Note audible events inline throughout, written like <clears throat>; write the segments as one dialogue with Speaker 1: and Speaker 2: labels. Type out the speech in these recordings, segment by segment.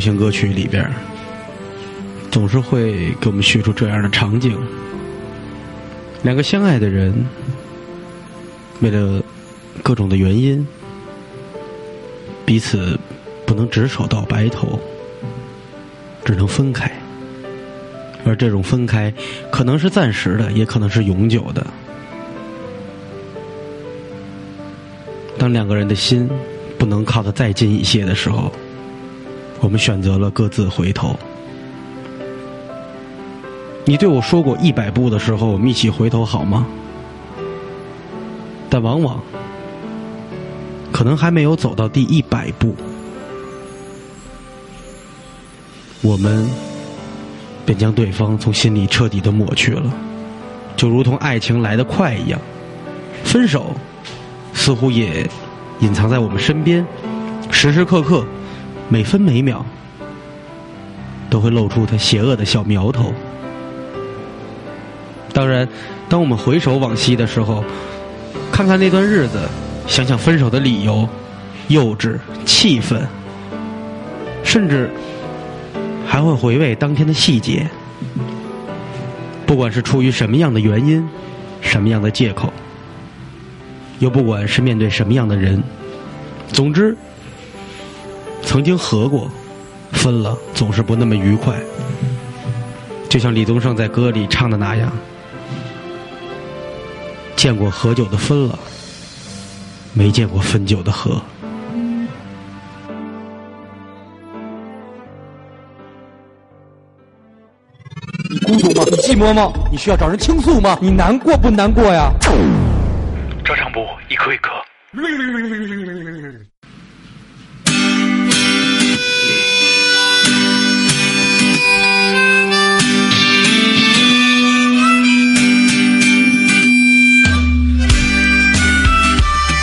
Speaker 1: 行歌曲里边，总是会给我们叙述这样的场景：两个相爱的人，为了各种的原因，彼此不能执手到白头，只能分开。而这种分开，可能是暂时的，也可能是永久的。当两个人的心不能靠得再近一些的时候，我们选择了各自回头。你对我说过一百步的时候，我们一起回头好吗？但往往，可能还没有走到第一百步，我们便将对方从心里彻底的抹去了，就如同爱情来得快一样，分手似乎也隐藏在我们身边，时时刻刻，每分每秒，都会露出它邪恶的小苗头。当然，当我们回首往昔的时候，看看那段日子，想想分手的理由，幼稚、气愤，甚至还会回味当天的细节。不管是出于什么样的原因，什么样的借口，又不管是面对什么样的人，总之，曾经合过，分了总是不那么愉快。就像李宗盛在歌里唱的那样，见过合酒的分了，没见过分酒的合。
Speaker 2: 你孤独吗？你寂寞吗？你需要找人倾诉吗？你难过不难过呀？
Speaker 3: 照常补，一颗一颗。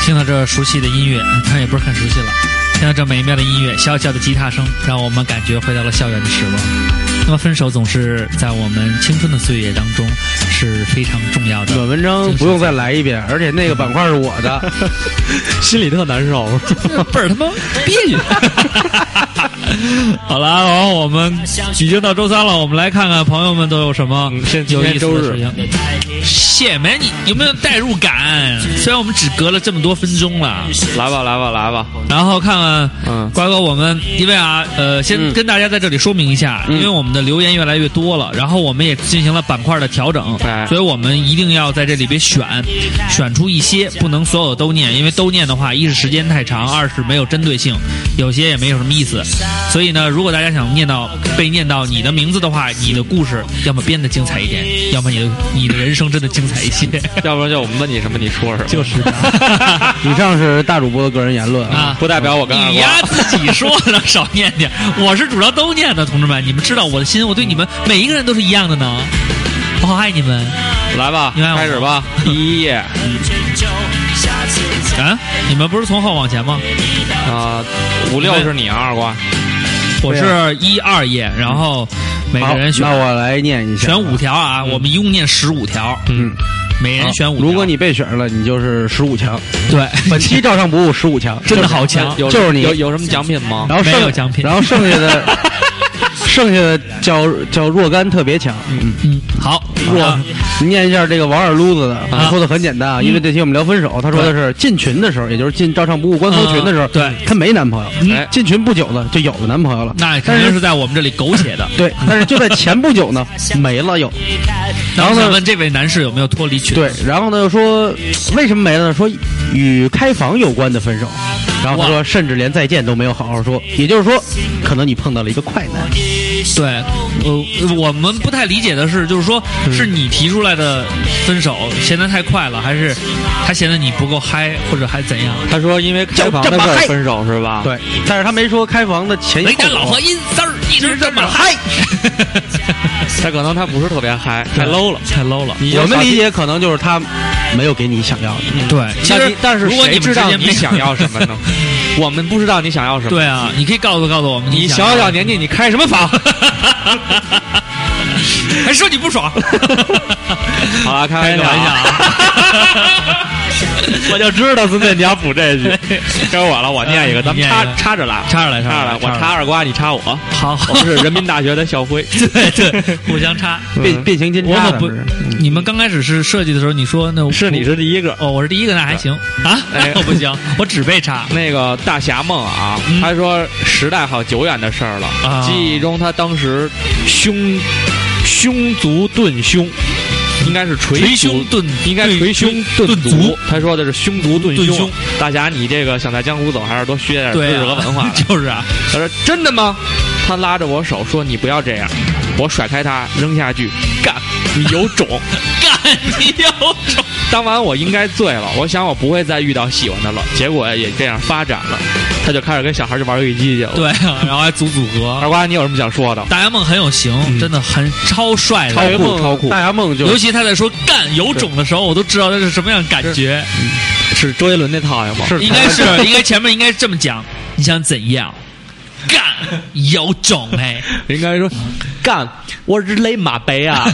Speaker 4: 听到这熟悉的音乐，当然也不是很熟悉了。听到这美妙的音乐，小小的吉他声，让我们感觉回到了校园的时光。那么，分手总是在我们青春的岁月当中是非常重要的。
Speaker 1: 阮文章不用再来一遍，而且那个板块是我
Speaker 4: <laughs>
Speaker 1: 的，心里特难受。
Speaker 4: 倍儿他妈憋屈。 <laughs> 好了，然后我们已经到周三了，我们来看看朋友们都有什么
Speaker 1: 现
Speaker 4: 有
Speaker 1: 今
Speaker 4: 意
Speaker 1: 天
Speaker 4: 思
Speaker 1: 周
Speaker 4: 的
Speaker 1: 日
Speaker 4: 事情。谢没你有没有代入感？虽然我们只隔了这么多分钟了，
Speaker 5: 来吧，来吧，来吧。
Speaker 4: 然后看看，
Speaker 5: 嗯
Speaker 4: 瓜哥，我们因为啊，呃，先跟大家在这里说明一下，因为我们的留言越来越多了，然后我们也进行了板块的调整，
Speaker 5: 哎
Speaker 4: 所以我们一定要在这里边选，选出一些，不能所有都念，因为都念的话，一是时间太长，二是没有针对性，有些也没有什么意思。所以呢，如果大家想念到被念到你的名字的话，你的故事要么编的精彩一点，要么你的你的人生真的精彩一些，
Speaker 5: <laughs> 要不然就我们问你什么，你说什么，
Speaker 4: 就是
Speaker 1: <laughs> 以上是大主播的个人言论啊。
Speaker 4: 啊。
Speaker 5: 不代表我跟二
Speaker 4: 你
Speaker 5: 瓜
Speaker 4: 丫自己说的，少念点。我是主张都念的，同志们，你们知道我的心，我对你们每一个人都是一样的呢。我好爱你们
Speaker 5: 来吧，
Speaker 4: 你看我
Speaker 5: 开始吧。第一页
Speaker 4: 啊！你们不是从后往前吗？
Speaker 5: 啊，五六是你啊，二瓜。
Speaker 4: 我
Speaker 1: 对啊
Speaker 4: 是一二页，然后每个
Speaker 1: 好
Speaker 4: 人，
Speaker 1: 那
Speaker 4: 选
Speaker 1: 我来念一下。
Speaker 4: 选五条啊，我们一共念十五条，
Speaker 1: 嗯，
Speaker 4: 每人选五条。
Speaker 1: 如果你被选上了，你就是十五强。
Speaker 4: 对
Speaker 1: 本期照上不误十五强，
Speaker 4: <laughs> 真的好强，
Speaker 5: 有
Speaker 1: 就是呃你
Speaker 5: 有有什么奖品吗？
Speaker 1: 然后
Speaker 4: 没有
Speaker 1: 剩
Speaker 4: 奖品
Speaker 1: 然后剩下的
Speaker 4: <laughs>
Speaker 1: 剩下的叫叫若干特别强。嗯，
Speaker 4: 嗯，好，
Speaker 1: 若
Speaker 4: 啊嗯
Speaker 1: 念一下这个王二撸子的，他说的很简单啊，因为这期我们聊分手，他说的是进群的时候，也就是进照上不误官方群的时候，
Speaker 4: 嗯对
Speaker 1: 他没男朋友，
Speaker 4: 嗯
Speaker 5: 哎
Speaker 1: 进群不久呢就有了男朋友了，
Speaker 4: 那肯
Speaker 1: 但
Speaker 4: 定
Speaker 1: 是
Speaker 4: 是在我们这里苟且的。
Speaker 1: 对，但是就在前不
Speaker 4: <laughs>
Speaker 1: 久呢没了又，
Speaker 4: 然
Speaker 1: 然
Speaker 4: 后
Speaker 1: 后呢
Speaker 4: 想问这位男士有没有脱离群？
Speaker 1: 对，然后呢又说为什么没了呢？说与开房有关的分手。然后他说，甚至连再见都没有好好说，也就是说，可能你碰到了一个快男。
Speaker 4: 对，呃，我们不太理解的是，就是说，是你提出来的分手，嫌得太快了，还是他嫌得你不够嗨，或者还怎样？
Speaker 5: 他说因为开房的事儿分手是吧？，
Speaker 1: 对，但是他没说开房的前
Speaker 4: 人
Speaker 1: 因
Speaker 4: 家
Speaker 1: 后
Speaker 4: 老
Speaker 1: 果
Speaker 4: 何阴丝儿一直这么嗨，
Speaker 5: 他可能他不是特别嗨， <laughs> 太 low 了。
Speaker 4: 太 low 了。
Speaker 5: 你
Speaker 1: 我
Speaker 5: 就
Speaker 1: 们
Speaker 5: 小
Speaker 1: 理
Speaker 5: 心，
Speaker 1: 解可能就是他没有给你想要的。
Speaker 4: 对，其
Speaker 5: 嗯那
Speaker 4: 实
Speaker 5: 你但是
Speaker 4: 如果
Speaker 5: 谁
Speaker 4: 你们
Speaker 5: 知
Speaker 4: 之
Speaker 5: 道
Speaker 4: 间
Speaker 5: 你
Speaker 4: 没 <laughs>
Speaker 5: 想要什么呢？ <laughs> 我们不知道你想要什么。
Speaker 4: 对啊，你可以告诉告诉我们，
Speaker 5: 你
Speaker 4: 想
Speaker 5: 小小年纪，你开什么房？ <laughs>
Speaker 4: 还说你不爽，
Speaker 5: 哎
Speaker 4: <laughs>
Speaker 5: 好了，开
Speaker 4: 开
Speaker 5: 啊玩
Speaker 4: 个
Speaker 5: 笑
Speaker 4: 玩笑
Speaker 5: 啊。 <laughs>
Speaker 4: 啊。
Speaker 5: 我就知道孙子你要补这 <laughs> 句，该我了，我念一个，咱们插
Speaker 4: 你念一个
Speaker 5: 插着来，
Speaker 4: 插着来，
Speaker 5: 插着来，我插
Speaker 4: 着
Speaker 5: 二瓜，你插我，
Speaker 4: 好，
Speaker 5: <laughs> 我们是人民大学的校徽，
Speaker 4: <laughs> 对对，互相插。
Speaker 1: 变变形金
Speaker 4: 我
Speaker 1: 刚
Speaker 4: 可不，你们刚开始是设计的时候，你说那
Speaker 5: 是你是第一个。
Speaker 4: 哦，我是第一个，那还行啊 <laughs>
Speaker 5: 哎，
Speaker 4: 我不行，我只被插。
Speaker 5: 那个大侠梦啊，
Speaker 4: 嗯
Speaker 5: 他说时代好久远的事儿了，
Speaker 4: 啊
Speaker 5: 记忆中他当时胸胸足顿胸，应该是捶
Speaker 4: 捶
Speaker 5: 足
Speaker 4: 胸顿
Speaker 5: 应该捶胸
Speaker 4: 顿
Speaker 5: 顿
Speaker 4: 足，嗯
Speaker 5: 他说的是胸足顿
Speaker 4: 顿胸
Speaker 5: 大侠，你这个想在江湖走，还是多学点知
Speaker 4: 对
Speaker 5: 识
Speaker 4: 啊。
Speaker 5: 和文化
Speaker 4: <laughs> 就是啊，
Speaker 5: 他说真的吗？他拉着我手说：“你不要这样。”我甩开他，扔下句：“干，你有种！”
Speaker 4: 干你有种！
Speaker 5: 当晚我应该醉了，我想我不会再遇到喜欢的了。结果也这样发展了，他就开始跟小孩去玩游戏机去了。
Speaker 4: 对啊，然后还组组合。
Speaker 5: 二瓜，你有什么想说的？
Speaker 4: 大牙梦很有型，真的很超帅
Speaker 5: 大
Speaker 4: 的
Speaker 5: 牙。梦超酷
Speaker 1: 大牙梦就
Speaker 4: 尤其他在说“干有种”的时候，我都知道他是什么样的感觉。
Speaker 5: 是周杰伦那套呀吗？ <laughs>
Speaker 1: 是
Speaker 4: 应该是，应该前面应该这么讲。你想怎样？干有种哎！
Speaker 5: 应该说，干，我是勒马杯啊！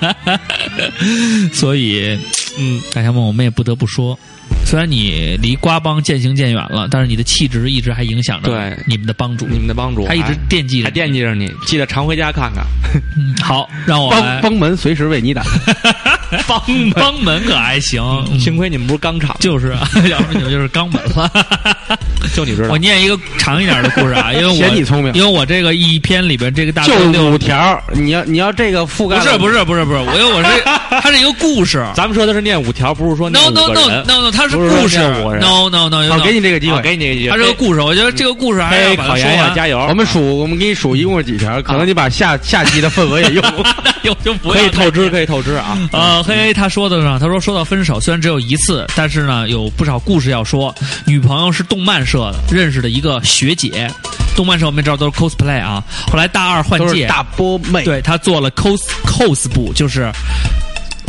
Speaker 4: <laughs> 所以，
Speaker 5: 嗯，
Speaker 4: 大家们，我们也不得不说，虽然你离瓜帮渐行渐远了，但是你的气质一直还影响着
Speaker 5: 对
Speaker 4: 你们的帮主，
Speaker 5: <laughs> 你们的帮主
Speaker 4: 他一直
Speaker 5: 还
Speaker 4: 惦记着
Speaker 5: 还
Speaker 4: 你
Speaker 5: 惦记着你，记得常回家看看。
Speaker 4: 嗯好，让
Speaker 5: 哦
Speaker 4: 我
Speaker 1: 帮
Speaker 4: 来
Speaker 1: 帮门随时为你打。
Speaker 4: 帮帮门可还行，
Speaker 5: <laughs>
Speaker 4: 嗯
Speaker 5: 幸亏你们不是钢厂，
Speaker 4: 就是 <laughs> 啊，要不你们就是肛门了。
Speaker 5: <laughs> 就你知道
Speaker 4: 我。念一个长一点的故事啊，因为我
Speaker 1: 嫌你聪明
Speaker 4: 因为我这个一篇里边这个大哥
Speaker 1: 就五
Speaker 5: <laughs>
Speaker 1: 条，你要你要这个覆盖
Speaker 4: 不是不
Speaker 1: 是
Speaker 4: 是不是不是，我因为我是 <laughs> 它是一个故事。
Speaker 5: 咱们说的是念五条，不是说念
Speaker 4: No
Speaker 5: 五
Speaker 4: no
Speaker 5: 个
Speaker 4: no
Speaker 5: 人。
Speaker 4: no no，它是
Speaker 5: 不是说
Speaker 4: 故事。
Speaker 5: 念五个人
Speaker 4: No no no，
Speaker 1: 好，给你这个机
Speaker 5: 好
Speaker 1: 会。
Speaker 5: 给你一句，
Speaker 4: 它是个故事，我觉得这个故事还
Speaker 5: 嘿，
Speaker 4: 要
Speaker 5: 嘿
Speaker 4: 哎把它
Speaker 5: 考
Speaker 4: 说
Speaker 5: 研一下，
Speaker 4: <laughs> 完。
Speaker 5: 加油！
Speaker 1: 我们数，我们给你数一共是几条，可能你把下下集的份额
Speaker 4: <laughs>
Speaker 1: 也用。
Speaker 4: 那我就不
Speaker 5: 可
Speaker 4: 要
Speaker 5: 以
Speaker 4: <laughs>
Speaker 5: 透支，可以透支啊！
Speaker 4: 呃，嘿，他说的呢，他说说到分手，虽然只有一次，但是呢，有不少故事要说。女朋友是动漫社的，认识的一个学姐，动漫社我们也知道都是 cosplay 啊。后来大二换
Speaker 1: 都是
Speaker 4: 届，
Speaker 1: 大波妹，
Speaker 4: 对他做了 cos cos 部，就是。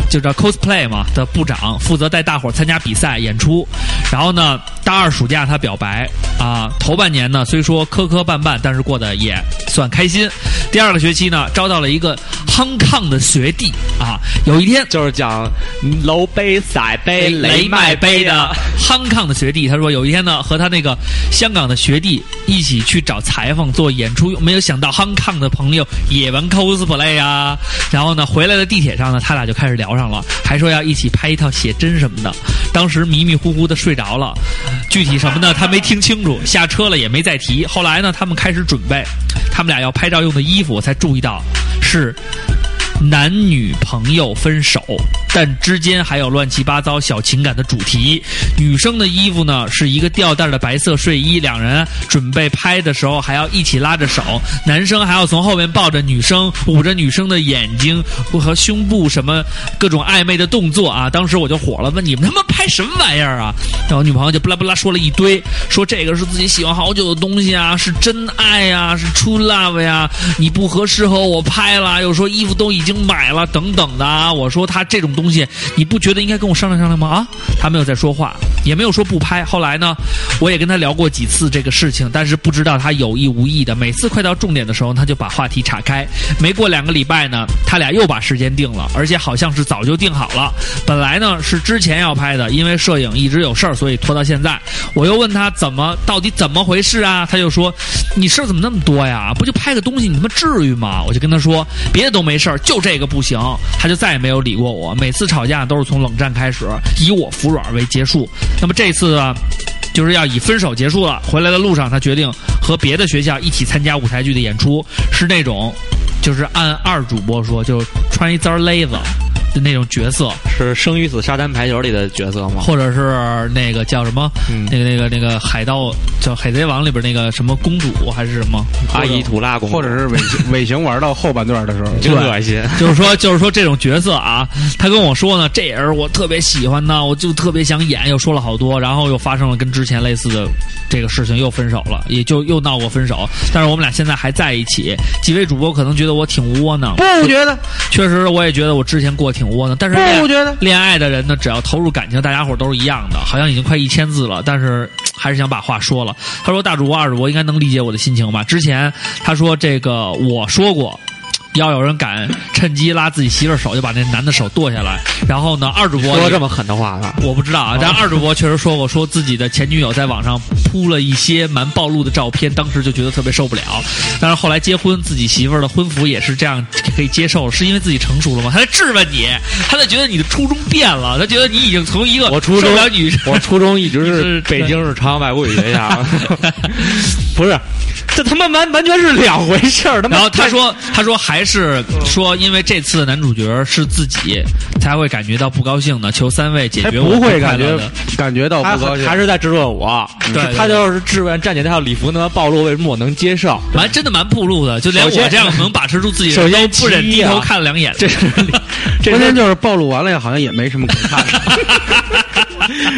Speaker 4: 就叫 cosplay 嘛的部长，负责带大伙儿参加比赛演出。然后呢，大二暑假他表白啊，头半年呢虽说磕磕绊绊，但是过得也算开心。第二个学期呢，招到了一个憨康的学弟啊。有一天，
Speaker 5: 就是讲楼杯、塞杯、
Speaker 4: 雷
Speaker 5: 麦
Speaker 4: 麦
Speaker 5: 杯
Speaker 4: 杯
Speaker 5: 的
Speaker 4: 的。憨康的学弟，他说有一天呢，和他那个香港的学弟一起去找裁缝做演出，没有想到憨康的朋友也玩 cosplay 啊。然后呢，回来的地铁上呢，他俩就开始聊上了，还说要一起拍一套写真什么的。当时迷迷糊糊的睡着了，具体什么呢，他没听清楚，下车了也没再提。后来呢，他们开始准备，他们俩要拍照用的衣服，我才注意到是男女朋友分手，但之间还有乱七八糟小情感的主题。女生的衣服呢是一个吊带的白色睡衣，两人准备拍的时候还要一起拉着手，男生还要从后面抱着女生，捂着女生的眼睛和胸部，什么各种暧昧的动作啊！当时我就火了，问你们他妈拍什么玩意儿啊？然后女朋友就不拉不拉说了一堆，说这个是自己喜欢好久的东西啊，是真爱呀、是 true love 呀、你不合适和我拍了，又说衣服都已经买了等等的啊。我说他这种东西，你不觉得应该跟我商量商量吗？啊，他没有再说话，也没有说不拍。后来呢，我也跟他聊过几次这个事情，但是不知道他有意无意的。每次快到重点的时候，他就把话题岔开。没过两个礼拜呢，他俩又把时间定了，而且好像是早就定好了。本来呢是之前要拍的，因为摄影一直有事儿，所以拖到现在。我又问他怎么到底怎么回事啊？他就说你事儿怎么那么多呀？不就拍个东西，你他妈至于吗？我就跟他说别的都没事儿，就这个不行。他就再也没有理过我。每次吵架都是从冷战开始，以我服软为结束。那么这次呢？就是要以分手结束了。回来的路上，他决定和别的学校一起参加舞台剧的演出，是那种，就是按二主播说，就是穿一脏勒子的那种角色，
Speaker 5: 是《生与死沙滩排球》里的角色吗？
Speaker 4: 或者是那个叫什么，
Speaker 5: 嗯
Speaker 4: 那个那个那个海盗叫《海贼王》里边那个什么公主还是什么，
Speaker 5: 阿依图拉公主，
Speaker 1: 或者是尾行尾行玩到后半段的时候，
Speaker 5: 真恶心。
Speaker 4: 就是说，就是说这种角色啊，他跟我说呢，这也是我特别喜欢的，我就特别想演，又说了好多，然后又发生了跟之前类似的这个事情，又分手了，也就又闹过分手。但是我们俩现在还在一起，几位主播可能觉得我挺窝囊，
Speaker 1: 不觉得
Speaker 4: 确实我也觉得我之前过挺窝囊，但是恋
Speaker 1: 不觉得
Speaker 4: 恋爱的人呢，只要投入感情，大家伙都是一样的，好像已经快一千字了，但是嘖还是想把话说了。他说大主播、二主播应该能理解我的心情吧？之前他说这个我说过。嘖要有人敢趁机拉自己媳妇儿手，就把那男的手剁下来。然后呢，二主播
Speaker 5: 说这么狠的话了，
Speaker 4: 我不知道啊，但二主播确实说过，说自己的前女友在网上铺了一些蛮暴露的照片，当时就觉得特别受不了。但是后来结婚，自己媳妇儿的婚服也是这样可以接受，是因为自己成熟了吗？他在质问你，他在觉得你的初衷变了，他觉得你已经从一个
Speaker 5: 我初
Speaker 4: 受
Speaker 5: 中
Speaker 4: 不了女生，
Speaker 5: 我初中一直
Speaker 4: 你
Speaker 5: 是
Speaker 4: 是
Speaker 5: 北京市朝阳外国语学 <laughs> 校，不是，这他妈完完全是两回事儿。他妈
Speaker 4: <laughs> 然后他说：“他说还是说，因为这次的男主角是自己才会感觉到不高兴的，求三位解
Speaker 5: 还
Speaker 4: 决
Speaker 5: 哎不
Speaker 4: 我快
Speaker 5: 会感觉
Speaker 4: 乐的
Speaker 1: 感觉到
Speaker 5: 他
Speaker 1: 不高兴，
Speaker 5: 还是在质问我，
Speaker 4: 对
Speaker 5: 是他就是质问站姐那套礼服那么暴露，为什么我能接受？
Speaker 4: 蛮真的蛮暴露的，就连我
Speaker 5: 首先
Speaker 4: 这样能把持住自己的
Speaker 5: 首
Speaker 4: 人
Speaker 5: 先
Speaker 4: 都不忍
Speaker 5: 其一
Speaker 4: 低头
Speaker 5: 啊
Speaker 4: 看两眼。
Speaker 5: 这 <laughs> 是这
Speaker 1: 关键
Speaker 5: 是
Speaker 1: 就是暴露完了，好像也没什么可看的。
Speaker 5: <laughs>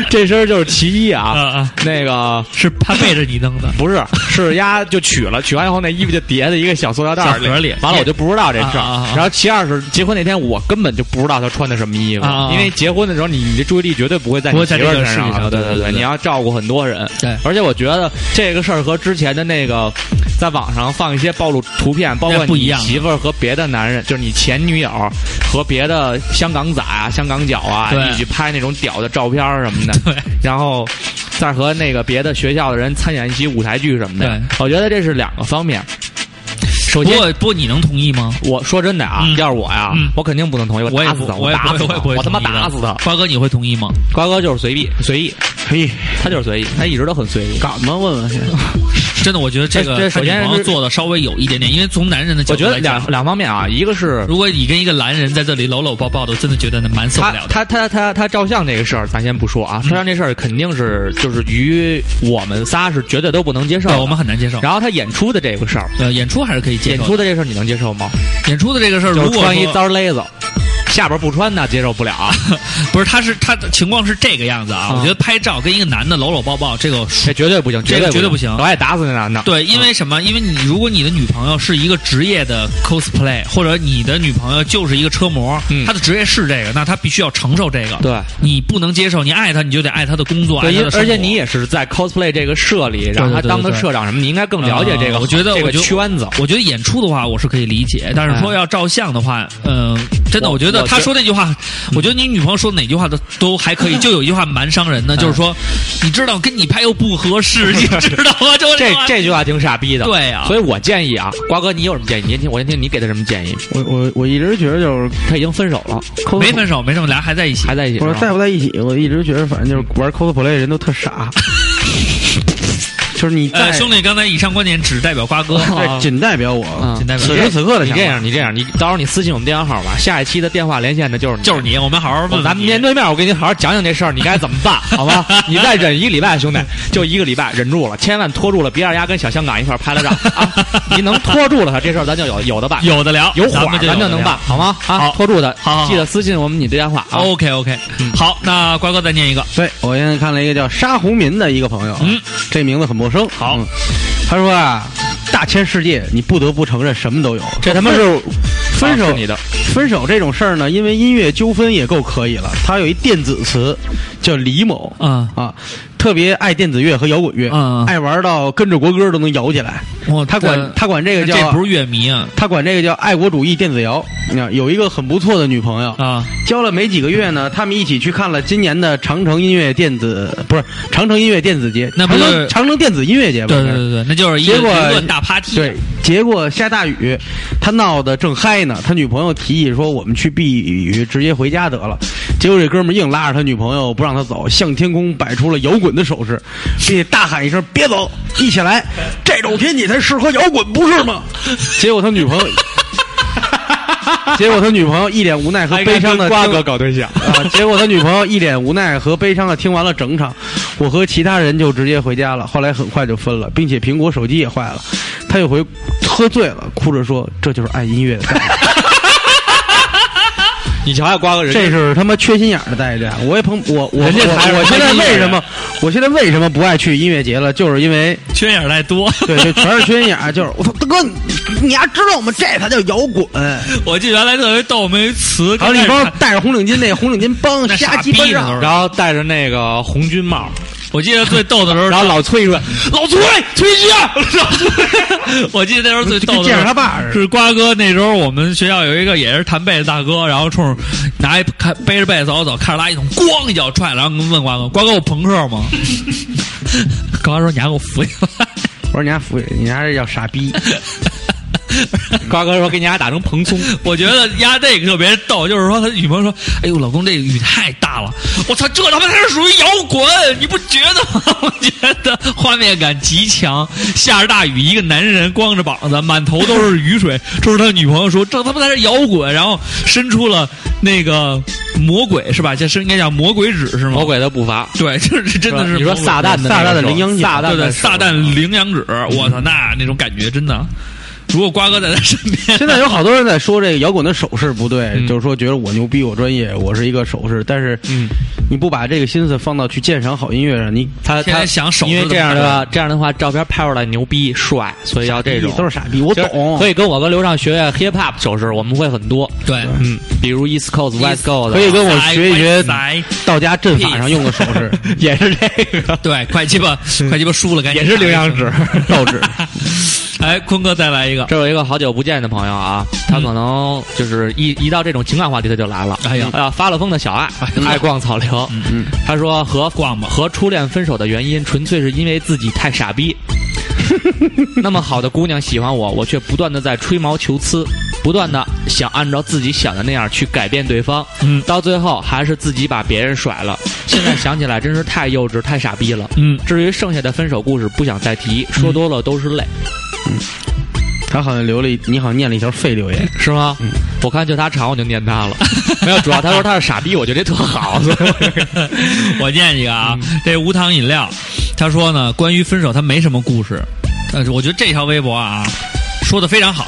Speaker 5: 这身就是其一啊，
Speaker 4: 啊啊
Speaker 5: 那个，
Speaker 4: 是他背着你弄的
Speaker 5: <laughs> 不是是丫就取了，取完以后那衣服就叠在一个小塑料袋儿
Speaker 4: 小盒里
Speaker 5: 完了我就不知道这事
Speaker 4: 啊
Speaker 5: 儿。
Speaker 4: 啊啊啊
Speaker 5: 然后其二是结婚那天我根本就不知道她穿的什么衣服，
Speaker 4: 啊啊啊
Speaker 5: 因为结婚的时候你你的注意力绝对不会在
Speaker 4: 不
Speaker 5: 你
Speaker 4: 会
Speaker 5: 媳
Speaker 4: 在
Speaker 5: 妇儿
Speaker 4: 这个
Speaker 5: 身
Speaker 4: 事情
Speaker 5: 了
Speaker 4: 上
Speaker 5: 对
Speaker 4: 对对
Speaker 5: 对，
Speaker 4: 对
Speaker 5: 你要照顾很多人。
Speaker 4: 对
Speaker 5: 而且我觉得这个事儿和之前的那个在网上放一些暴露图片，包括
Speaker 4: 那不一
Speaker 5: 你
Speaker 4: 样啊
Speaker 5: 媳妇儿和别的男人，就是你前女友和别的香港仔啊、香港脚啊
Speaker 4: 对
Speaker 5: 一起拍那种屌的照片儿什么的。
Speaker 4: 对，
Speaker 5: <laughs> 然后再和那个别的学校的人参演一些舞台剧什么的。我觉得这是两个方面。首
Speaker 4: 不
Speaker 5: 先，
Speaker 4: 过不过你能同意吗？
Speaker 5: 我说真的啊，
Speaker 4: 嗯
Speaker 5: 要是我呀，
Speaker 4: 嗯
Speaker 5: 我肯定不能同意，
Speaker 4: 我也
Speaker 5: 打
Speaker 4: 不
Speaker 5: 死他，，
Speaker 4: 我也
Speaker 5: 打
Speaker 4: 不
Speaker 5: 死
Speaker 4: 会，
Speaker 5: 他，
Speaker 4: 我也不会
Speaker 5: 我他妈
Speaker 4: 同意的啊
Speaker 5: 打死他。
Speaker 4: 瓜哥，你会同意吗？
Speaker 5: 瓜哥就是随意随意，
Speaker 1: 嘿，
Speaker 5: 他就是随意，他一直都很随意。
Speaker 1: 敢吗？问问去。
Speaker 4: 真的，我觉得这
Speaker 5: 这
Speaker 4: 个
Speaker 5: 这首
Speaker 4: 和女
Speaker 5: 先
Speaker 4: 朋友
Speaker 5: 是
Speaker 4: 做的稍微有一点点，因为从男人的角
Speaker 5: <laughs> 我
Speaker 4: 度
Speaker 5: 觉得
Speaker 4: 来
Speaker 5: 两
Speaker 4: 讲，
Speaker 5: 两方面啊，一个是
Speaker 4: 如果你跟一个男人在这里搂搂抱抱的，我真的觉得那蛮受不
Speaker 5: 他
Speaker 4: 了的。嗯
Speaker 5: 他他他他照相这个事儿，咱先不说啊，照相这事儿肯定是就是于我们仨是绝对都不能接受
Speaker 4: 对，
Speaker 5: 的。
Speaker 4: 我们很难接受。
Speaker 5: 然后他演出的这个事儿，
Speaker 4: 呃，演出还是可以接
Speaker 5: 演
Speaker 4: 受的。
Speaker 5: 出的这事儿你能接受吗？
Speaker 4: 演出的这个事儿，
Speaker 5: 就是
Speaker 4: 如果
Speaker 5: 穿一
Speaker 4: 说
Speaker 5: 脏勒子，下边不穿那接受不了
Speaker 4: <laughs>
Speaker 5: 啊，
Speaker 4: 不是，他是他的情况是这个样子啊。
Speaker 5: 啊
Speaker 4: 我觉得拍照跟一个男的搂搂抱抱，这个我
Speaker 5: 这绝对不行，
Speaker 4: 这
Speaker 5: 对
Speaker 4: 个绝对不行
Speaker 5: 我爱打死那男的。
Speaker 4: 对，因为什么？因为你如果你的女朋友是一个职业的 cosplay，或者你的女朋友就是一个车模，
Speaker 5: 嗯
Speaker 4: 她的职业是这个，那她必须要承受这个。
Speaker 5: 对
Speaker 4: 你不能接受，你爱她，你就得爱她的工作，爱
Speaker 5: 对，
Speaker 4: 她
Speaker 5: 因
Speaker 4: 的生活
Speaker 5: 而且你也是在 cosplay 这个社里，然后
Speaker 4: 对对
Speaker 5: 他
Speaker 4: 对
Speaker 5: 当个
Speaker 4: 对对
Speaker 5: 社长什么，你应该更了解这个。
Speaker 4: 啊我觉得
Speaker 5: 这
Speaker 4: 我
Speaker 5: 个
Speaker 4: 觉得
Speaker 5: 圈子，
Speaker 4: 我觉得演出的话，我是可以理解，但是说
Speaker 5: 哎
Speaker 4: 要照相的话，嗯、真的，
Speaker 5: 我
Speaker 4: 我觉得
Speaker 5: 哎我
Speaker 4: 他
Speaker 5: 觉
Speaker 4: 说那句话，我觉得你女朋友说哪句话都都还可以，就有一句话蛮伤
Speaker 5: 哎
Speaker 4: 人的，就是说，你知道跟你拍又不合
Speaker 5: <laughs>
Speaker 4: 适，你知道吗？就
Speaker 5: 这
Speaker 4: 话
Speaker 5: 这句话挺傻逼的。
Speaker 4: 对啊
Speaker 5: 所以我建议啊，瓜哥，你有什么建议？你先听，我先听你给他什么建议？
Speaker 1: 我我我一直觉得就是
Speaker 5: 他已经分手了，
Speaker 4: 没分手，没什么，俩还在一起
Speaker 5: 还。在一起
Speaker 1: 我
Speaker 5: 是
Speaker 1: 说
Speaker 5: 吧。
Speaker 1: 在不在一起，我一直觉得反正就是玩 cosplay 的人都特
Speaker 5: <laughs>
Speaker 1: 傻，就是你在
Speaker 5: 哎
Speaker 1: 哦
Speaker 4: 呃，兄弟，刚才以上观点只代表瓜哥，
Speaker 1: 这仅代表我，
Speaker 5: 嗯
Speaker 4: 仅代表
Speaker 1: 此时此刻的
Speaker 5: 你
Speaker 1: 想
Speaker 5: 这
Speaker 1: 法
Speaker 5: 样，你这样，你到时候你私信我们电话号码，下一期的电话连线的就是你，
Speaker 4: 就是你，我们好好问问
Speaker 5: 咱们
Speaker 4: 你
Speaker 5: 面对面，我给你好好讲讲这事儿，你该怎么办，好吗？你再忍一礼拜，兄弟，就一个礼拜，忍住了，千万拖住了，别让丫跟小香港一块儿拍了照啊！你能拖住了他，这事儿咱就有有的办，
Speaker 4: 有的聊，
Speaker 5: 有火
Speaker 4: 咱们
Speaker 5: 咱
Speaker 4: 有
Speaker 5: 就
Speaker 4: 的
Speaker 5: 能
Speaker 4: 聊
Speaker 5: 办，。好吗？啊，
Speaker 4: 好
Speaker 5: 拖住他，
Speaker 4: 好好好哦
Speaker 5: 记得私信我们你的电话啊。
Speaker 4: OK OK，好，
Speaker 1: 嗯
Speaker 4: 那瓜哥再念一个，
Speaker 1: 对，我现在看了一个叫沙红民的一个朋友，
Speaker 4: 嗯，
Speaker 1: 这名字很陌生。
Speaker 4: 好
Speaker 1: 嗯他说啊，大千世界，你不得不承认什么都有。
Speaker 5: 这他妈
Speaker 1: 分分
Speaker 5: 啊
Speaker 1: 手
Speaker 5: 是你的，
Speaker 1: 分手这种事儿呢，因为音乐纠纷也够可以了。他有一电子词叫李某，
Speaker 4: 嗯
Speaker 1: 啊，特别爱电子乐和摇滚乐，
Speaker 4: 嗯嗯
Speaker 1: 爱玩到跟着国歌都能摇起来。
Speaker 4: 我
Speaker 1: 他管他管这个叫
Speaker 4: 这不是乐迷啊
Speaker 1: 他管这个叫爱国主义电子摇。你看，有一个很不错的女朋友，
Speaker 4: 啊
Speaker 1: 交了没几个月呢，他们一起去看了今年的长城音乐电子，不是长城音乐电子节，
Speaker 4: 那不
Speaker 1: 长
Speaker 4: 是
Speaker 1: 城长城电子音乐节吧？
Speaker 4: 对对对对，那就是一个
Speaker 1: 结果
Speaker 4: 舆论大 party。
Speaker 1: 对，结果下大雨，他闹得正嗨呢，他女朋友提议说我们去避雨，直接回家得了。结果这哥们儿硬拉着他女朋友不让他走，向天空摆出了摇滚的手势，并且大喊一声“别走，一起来，这种天气才适合摇滚，不是吗？” <laughs> 结果他女朋友。结果他女朋友一脸无奈和悲伤的
Speaker 5: 瓜哥搞对象，
Speaker 1: 啊！结果他女朋友一脸无奈和悲伤的听完了整场，我和其他人就直接回家了。后来很快就分了，并且苹果手机也坏了。他有回喝醉了，哭着说：“这就是爱音乐的代价，
Speaker 5: 你瞧瞧瓜哥人家
Speaker 1: 这是他妈缺心眼儿的代价。”我也捧我我我
Speaker 5: 人家才是
Speaker 1: 我现在
Speaker 5: 爱音乐
Speaker 1: 为什
Speaker 5: 人
Speaker 1: 么我现在为什么不爱去音乐节了？就是因为
Speaker 4: 缺眼儿太多。
Speaker 1: 对，就全是缺心眼儿，啊就是我操大哥，你你丫知道吗？这才叫摇滚。
Speaker 4: <laughs> 我记得原来特别逗，我们有一词，
Speaker 1: 还有一帮戴着红领巾那红领巾帮
Speaker 4: 那傻
Speaker 1: 瞎鸡巴
Speaker 4: 逼呢
Speaker 1: 嚷
Speaker 4: 都是。
Speaker 5: 然后戴着那个红军帽，
Speaker 4: 我记得最逗的时候， <laughs>
Speaker 5: 然后老崔说：“老崔，崔局，老崔。
Speaker 4: 我记得那时候最逗的
Speaker 1: 见着
Speaker 4: 时
Speaker 1: 他
Speaker 4: 候
Speaker 1: 爸似的。
Speaker 4: 是瓜哥那时候我们学校有一个也是弹贝斯大哥，然后冲着拿一 <laughs> 看背着贝斯走走，看着垃圾桶咣一脚踹，然后问瓜哥：“瓜哥，我朋克吗？” <laughs> 瓜哥说：“你还给我扶起来。 <laughs>
Speaker 1: 我说你还服，你还是要傻逼。”
Speaker 5: 瓜哥说：“给你俩打成蓬松。
Speaker 4: 我觉得压这个特别逗，就是说他女朋友说：“哎呦，老公，这个雨太大了，我操，这他妈才是属于摇滚，你不觉得吗？”
Speaker 5: 哦
Speaker 4: 我觉得画面
Speaker 5: <laughs>
Speaker 4: 感极强，下着大雨，一个男人光着膀子，满头都是雨水，冲着他女朋友说：“这他妈才是摇滚。”然后伸出了那个魔鬼是吧？这是应该叫魔鬼指是”吗？
Speaker 5: 魔鬼的步伐，
Speaker 4: 对，就是真的是
Speaker 5: 你说
Speaker 4: 魔鬼
Speaker 5: 撒旦的
Speaker 1: 撒旦的
Speaker 5: 那个时候
Speaker 1: 羚羊角
Speaker 5: 撒旦
Speaker 4: 对对，
Speaker 5: 的时候
Speaker 4: 撒旦羚羊指，我操，那那种感觉真的。如果瓜哥在他身边，
Speaker 1: 现在有好多人在说这个摇滚的手势不对，
Speaker 5: 嗯
Speaker 1: 就是说觉得我牛逼，我专业，我是一个手势。但是，
Speaker 5: 嗯，
Speaker 1: 你不把这个心思放到去鉴赏好音乐上，你
Speaker 5: 他
Speaker 4: 现在
Speaker 5: 他
Speaker 4: 想手
Speaker 5: 因为
Speaker 4: 指
Speaker 5: 这
Speaker 4: 怎么
Speaker 5: 样的
Speaker 4: 办
Speaker 5: 话，这样的话，照片拍出来牛逼帅，所以要这种
Speaker 1: 你都是傻逼。我
Speaker 5: 其实
Speaker 1: 懂，
Speaker 5: 所以跟我跟刘畅学学 hip hop 手势，我们会很多。
Speaker 4: 对，
Speaker 5: 嗯，比如 East Coast、West Coast，啊
Speaker 1: 可以跟我学一学
Speaker 4: 来，
Speaker 1: 道家阵法上用的手 <laughs> 势，
Speaker 5: 也是这个，
Speaker 4: 对，快鸡巴，快鸡巴输了，赶紧
Speaker 5: 也是羚羊指。
Speaker 1: 道指。
Speaker 4: 哎，坤哥再来
Speaker 5: <laughs>
Speaker 4: 一个，
Speaker 5: 这有一个好久不见的朋友啊，他可能就是一一到这种情感话题他就来了。
Speaker 4: 嗯哎呀哎
Speaker 5: 啊，发了疯的小爱
Speaker 4: 呀
Speaker 5: 爱逛草榴。
Speaker 1: 嗯，
Speaker 5: 他说和
Speaker 4: 逛吧
Speaker 5: 和初恋分手的原因，纯粹是因为自己太傻逼。 <laughs> 那么好的姑娘喜欢我，我却不断的在吹毛求疵，不断的想按照自己想的那样去改变对方，
Speaker 4: 嗯
Speaker 5: 到最后还是自己把别人甩了。现在想起来真是太幼稚、太傻逼了。
Speaker 4: 嗯，
Speaker 5: 至于剩下的分手故事，不想再提，说多了都是泪，
Speaker 1: 他好像留了一，你好像念了一条废留言。 <laughs>
Speaker 5: 是吗？我看就他长，我就念他了。嗯 <laughs> 没有，主要他说他是傻逼，我觉得这特 <laughs> 好。所以
Speaker 4: 我念一个啊，这无糖饮料，他说呢，关于分手他没什么故事，但是我觉得这条微博啊，说的非常好，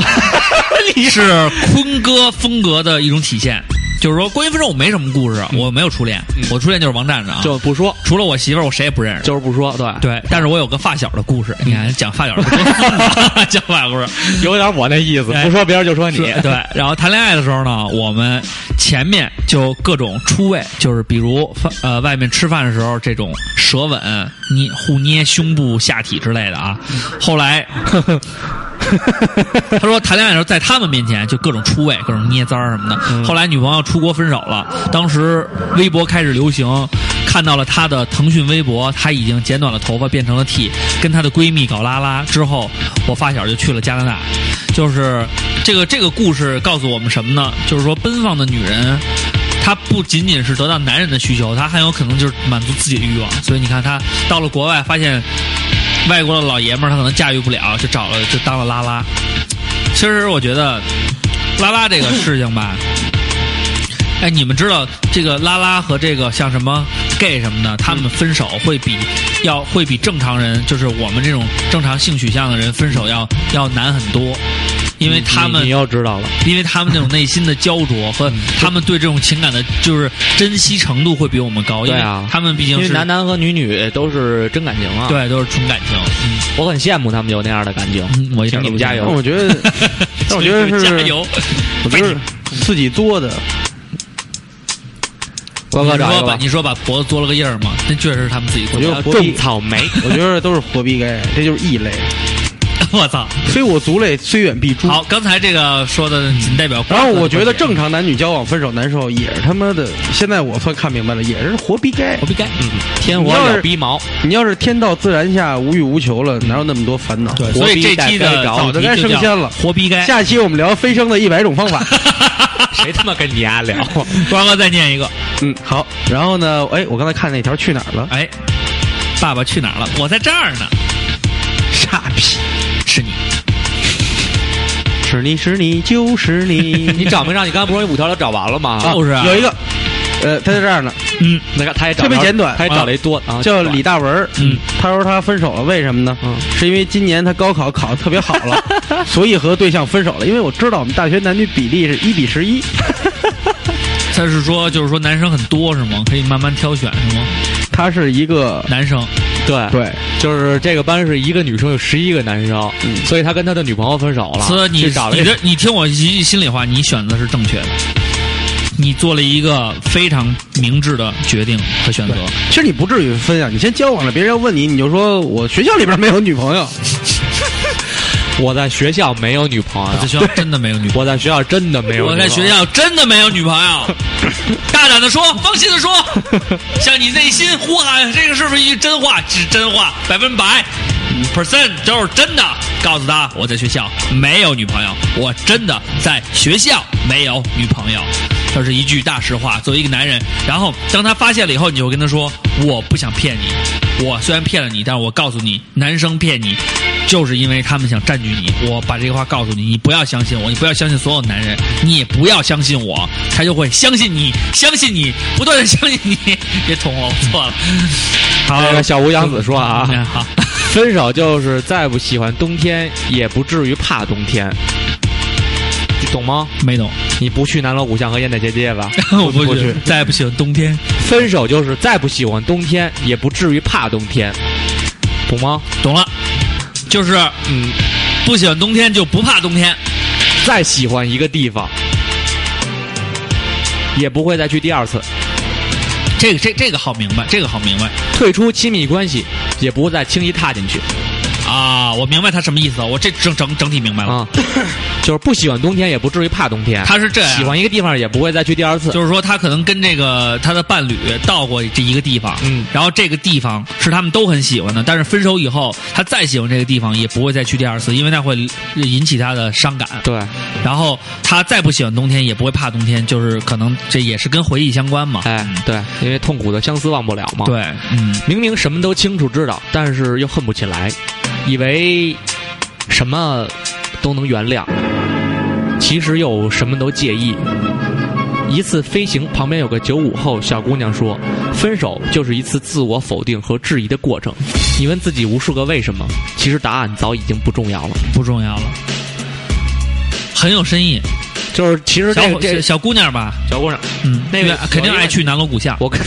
Speaker 4: 是坤哥风格的一种体现。就是说，关于分手我没什么故事，我没有初恋，我初恋就是王站长，
Speaker 5: 就不说，
Speaker 4: 除了我媳妇儿，我谁也不认识。
Speaker 5: 就是不说，对，
Speaker 4: 对，但是我有个发小的故事，你看讲发小的故事，讲发小故事，
Speaker 5: 有点我那意思，
Speaker 4: 哎
Speaker 5: 不说别人就说你。
Speaker 4: 是
Speaker 5: <laughs>
Speaker 4: 对，然后谈恋爱的时候呢，我们前面就各种出位，就是比如饭呃外面吃饭的时候这种舌吻、捏互捏胸部、下体之类的啊。后
Speaker 5: <laughs>
Speaker 4: 来他说谈恋爱的时候在他们面前就各种出位、各种捏簪儿什么
Speaker 5: 嗯
Speaker 4: 的。后来女朋友出国分手了，当时微博开始流行。看到了她的腾讯微博，她已经剪短了头发，变成了 T，跟她的闺蜜搞拉拉之后，我发小就去了加拿大，就是这个这个故事告诉我们什么呢？就是说，奔放的女人，她不仅仅是得到男人的需求，她很有可能就是满足自己的欲望。所以你看，她到了国外，发现外国的老爷们儿，她可能驾驭不了，就找了就当了拉拉。其实我觉得拉拉这个事情吧。哎，你们知道这个拉拉和这个像什么 gay 什么的，他们分手会比要会比正常人，就是我们这种正常性取向的人分手要要难很多，因为他们
Speaker 5: 你你又知道了，
Speaker 4: 因为他们那种内心的焦灼
Speaker 1: 嗯
Speaker 4: 和他们对这种情感的，就是珍惜程度会比我们高，因
Speaker 5: 对
Speaker 4: 为
Speaker 5: 啊
Speaker 4: 他们毕
Speaker 5: 因
Speaker 4: 竟
Speaker 5: 为
Speaker 4: 是
Speaker 5: 男男和女女都是真感情啊。，
Speaker 4: 对都是纯感情。
Speaker 1: 嗯
Speaker 5: 我很羡慕他们有那样的感情。
Speaker 4: 嗯，我一点
Speaker 5: 请
Speaker 4: 都不
Speaker 5: 你们加油
Speaker 1: 但我觉 <laughs> 得，但我觉得是，
Speaker 4: 加油！
Speaker 1: 我觉得是自己作的。
Speaker 5: 瓜
Speaker 4: 你
Speaker 5: 哥找一
Speaker 4: 说
Speaker 5: 个
Speaker 4: 吧
Speaker 5: 吧，，
Speaker 4: 你说把脖子嘬了个印儿嘛，那确实是他们自己做
Speaker 1: 我觉
Speaker 4: 的。
Speaker 1: 得活
Speaker 5: 种
Speaker 1: 逼，
Speaker 5: 草莓。
Speaker 1: 我觉得都是活逼该，这就是异 <laughs> 类。
Speaker 4: <laughs> 我操！
Speaker 1: 非我族类，虽远必诛。
Speaker 4: 好，刚才这个说的仅代表。
Speaker 1: 嗯然后我觉得，正常男女交往分手难受也是他妈的，现在我算看明白了，也是活逼该
Speaker 4: 我。不该。嗯，
Speaker 5: 天
Speaker 1: 你
Speaker 5: 火
Speaker 1: 要是
Speaker 5: 有逼毛，
Speaker 1: 你要是天道自然下无欲无求了，哪有那么多烦恼？
Speaker 4: 所以这期的
Speaker 1: 早
Speaker 4: 主
Speaker 1: 就
Speaker 4: 题
Speaker 1: 该
Speaker 4: 就
Speaker 1: 升
Speaker 4: 叫
Speaker 1: 仙了。
Speaker 4: 活
Speaker 1: <laughs>
Speaker 4: 逼该。
Speaker 1: 下期我们聊飞升的一百种方 <laughs> 法。
Speaker 5: 谁他妈跟你丫聊？
Speaker 4: 瓜哥再念一个，
Speaker 1: 嗯，好。然后呢，哎，我刚才看那条去哪儿了？
Speaker 4: 哎，爸爸去哪儿了？我在这儿呢，
Speaker 1: <laughs> 傻逼，
Speaker 4: 是你。
Speaker 1: 是你是你就是
Speaker 5: <laughs> 你
Speaker 1: <laughs> 你。
Speaker 5: 找没找？你刚才不是说五条都找完了吗？
Speaker 4: 就是啊
Speaker 1: 有一个，呃，他在这儿呢，
Speaker 4: 嗯，
Speaker 5: 那个他也找
Speaker 1: 特别
Speaker 5: 着
Speaker 1: 简短
Speaker 5: 他也找了一多，啊
Speaker 1: 叫李，大文儿。
Speaker 4: 嗯，
Speaker 1: 他说他分手了，为什么呢？
Speaker 5: 嗯
Speaker 1: 是因为今年他高考考得特别好 <laughs> 了，所以和对象分手了。因为我知道我们大学男女比例是一比十一，
Speaker 4: 他是说，就是说男生很多是吗？可以慢慢挑选是吗？
Speaker 1: 他是一个
Speaker 4: 男生
Speaker 5: 对，
Speaker 1: <laughs> 对，
Speaker 5: 就是这个班是一个女生有十一个男生，所以他跟他的女朋友分手了，
Speaker 4: 所以你
Speaker 5: 去找了
Speaker 4: 你
Speaker 5: 一个
Speaker 4: 的你听我一句心里话，你选的是正确的。你做了一个非常明智的决定和选择。
Speaker 1: 其实你不至于分啊，你先交往了，别人要问你，你就说我学校里边没有女朋友，
Speaker 5: 我在学校没有女朋友
Speaker 4: 我在，学校真的没有女朋
Speaker 5: 我在学校真的没
Speaker 4: 友，
Speaker 5: 有。
Speaker 4: 我在学，校真的没有女朋
Speaker 5: <laughs>
Speaker 4: 友，大胆的说，放心的说，向你内心呼喊，这个是不是一句真话？是真话，百分百，percent 都是真的。告诉他，我在学校没有女朋友，我真的在学校没有女朋友。这是一句大实话，作为一个男人。然后当他发现了以后，你就跟他说：“我不想骗你，我虽然骗了你，但是我告诉你，男生骗你，就是因为他们想占据你。我把这个话告诉你，你不要相信我，你不要相信所有男人，你也不要相信我，他就会相信你，相信你，不断的相信你。别捅我，我
Speaker 5: <laughs>
Speaker 4: 错了。好，
Speaker 5: 那个哎小吴杨子说啊，
Speaker 4: 嗯好，
Speaker 5: 分手就是再不喜欢冬天，也不至于怕冬天，你懂吗？
Speaker 4: 没
Speaker 5: <laughs>
Speaker 4: 懂，
Speaker 5: 你不去南锣鼓巷和烟台
Speaker 4: <laughs>
Speaker 5: 街街吧？
Speaker 4: 我不
Speaker 5: 不
Speaker 4: 去
Speaker 5: 去，
Speaker 4: 再也不喜欢冬天。
Speaker 5: 分手就是再不喜欢冬天，也不至于怕冬天，懂吗？
Speaker 4: 懂了，就是
Speaker 5: 嗯，
Speaker 4: 不喜欢冬天就不怕冬天。
Speaker 5: 再喜欢一个地方，也不会再去第二次。
Speaker 4: 这个这这个好明白，这个好明白。
Speaker 5: 退出亲密关系，也不会再轻易踏进去
Speaker 4: 啊，我明白他什么意思，我这整整整体明白了。
Speaker 5: 啊。 <laughs> 就是不喜欢冬天，也不至于怕冬天。
Speaker 4: 他是这样，
Speaker 5: 喜欢一个地方，也不会再去第二次。
Speaker 4: 就是说他可能跟这个他的伴侣到过这一个地方，
Speaker 5: 嗯
Speaker 4: 然后这个地方是他们都很喜欢的，但是分手以后，他再喜欢这个地方也不会再去第二次，因为那会引起他的伤感。
Speaker 5: 对，
Speaker 4: 然后他再不喜欢冬天，也不会怕冬天，就是可能这也是跟回忆相关嘛。
Speaker 5: 哎，对，因为痛苦的相思忘不了嘛。，
Speaker 4: 对，嗯，
Speaker 5: 明明什么都清楚知道，但是又恨不起来，以为什么都能原谅，其实又什么都介意。一次飞行，旁边有个九五后小姑娘说：“分手就是一次自我否定和质疑的过程。你问自己无数个为什么，其实答案早已经不重要了。
Speaker 4: 不重要了，很有深意。
Speaker 5: 就是其实
Speaker 4: 小
Speaker 5: 这
Speaker 4: 伙
Speaker 5: 这
Speaker 4: 小小姑娘吧，
Speaker 5: 小姑娘，
Speaker 4: 嗯，
Speaker 5: 那个
Speaker 4: 肯定
Speaker 5: 有一个
Speaker 4: 爱去南锣鼓巷。
Speaker 5: 我跟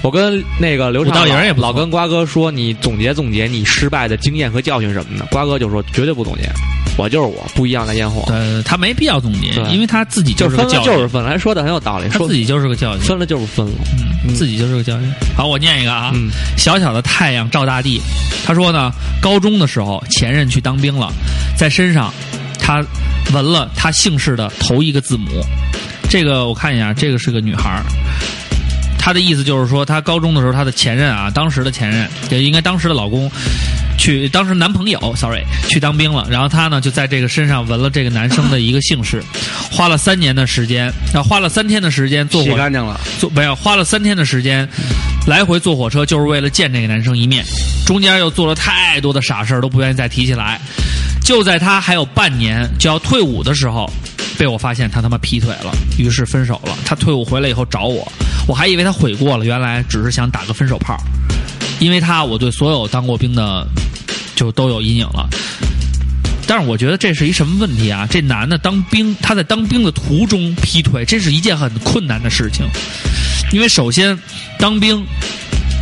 Speaker 5: 我跟那个刘畅
Speaker 4: 五道营也不错
Speaker 5: 老跟瓜哥说，你总结总结你失败的经验和教训什么的。瓜哥就说绝对不总结，我就是我，不一样的烟火，
Speaker 4: 呃，他没必要总结
Speaker 5: 对，
Speaker 4: 因为他自己
Speaker 5: 就是是
Speaker 4: 个
Speaker 5: 分了
Speaker 4: 教育，
Speaker 5: 就是分了，还说的很有道理，
Speaker 4: 他
Speaker 5: 说
Speaker 4: 自己就是个教育，
Speaker 5: 分了就是分了，
Speaker 4: 嗯，自己就是个教育。好，我念一个啊，
Speaker 5: 嗯
Speaker 4: 小小的太阳照大地。他说呢，高中的时候前任去当兵了，在身上他纹了他姓氏的头一个字母。这个我看一下，这个是个女孩儿。她的意思就是说，她高中的时候，她的前任啊，当时的前任，也应该当时的老公，去当时男朋友，sorry，去当兵了。然后她呢，就在这个身上纹了这个男生的一个姓氏，花了三年的时间，然后花了三天的时间坐
Speaker 1: 洗
Speaker 4: 火
Speaker 1: 干净了。
Speaker 4: 坐没有花了三天的时间，来回坐火车就是为了见这个男生一面，中间又做了太多的傻事儿，都不愿意再提起来。就在他还有半年就要退伍的时候，被我发现他他妈劈腿了，于是分手了。他退伍回来以后找我，我还以为他悔过了，原来只是想打个分手炮。因为他，我对所有当过兵的就都有阴影了。但是我觉得这是一什么问题啊？这男的当兵，他在当兵的途中劈腿，这是一件很困难的事情。因为首先，当兵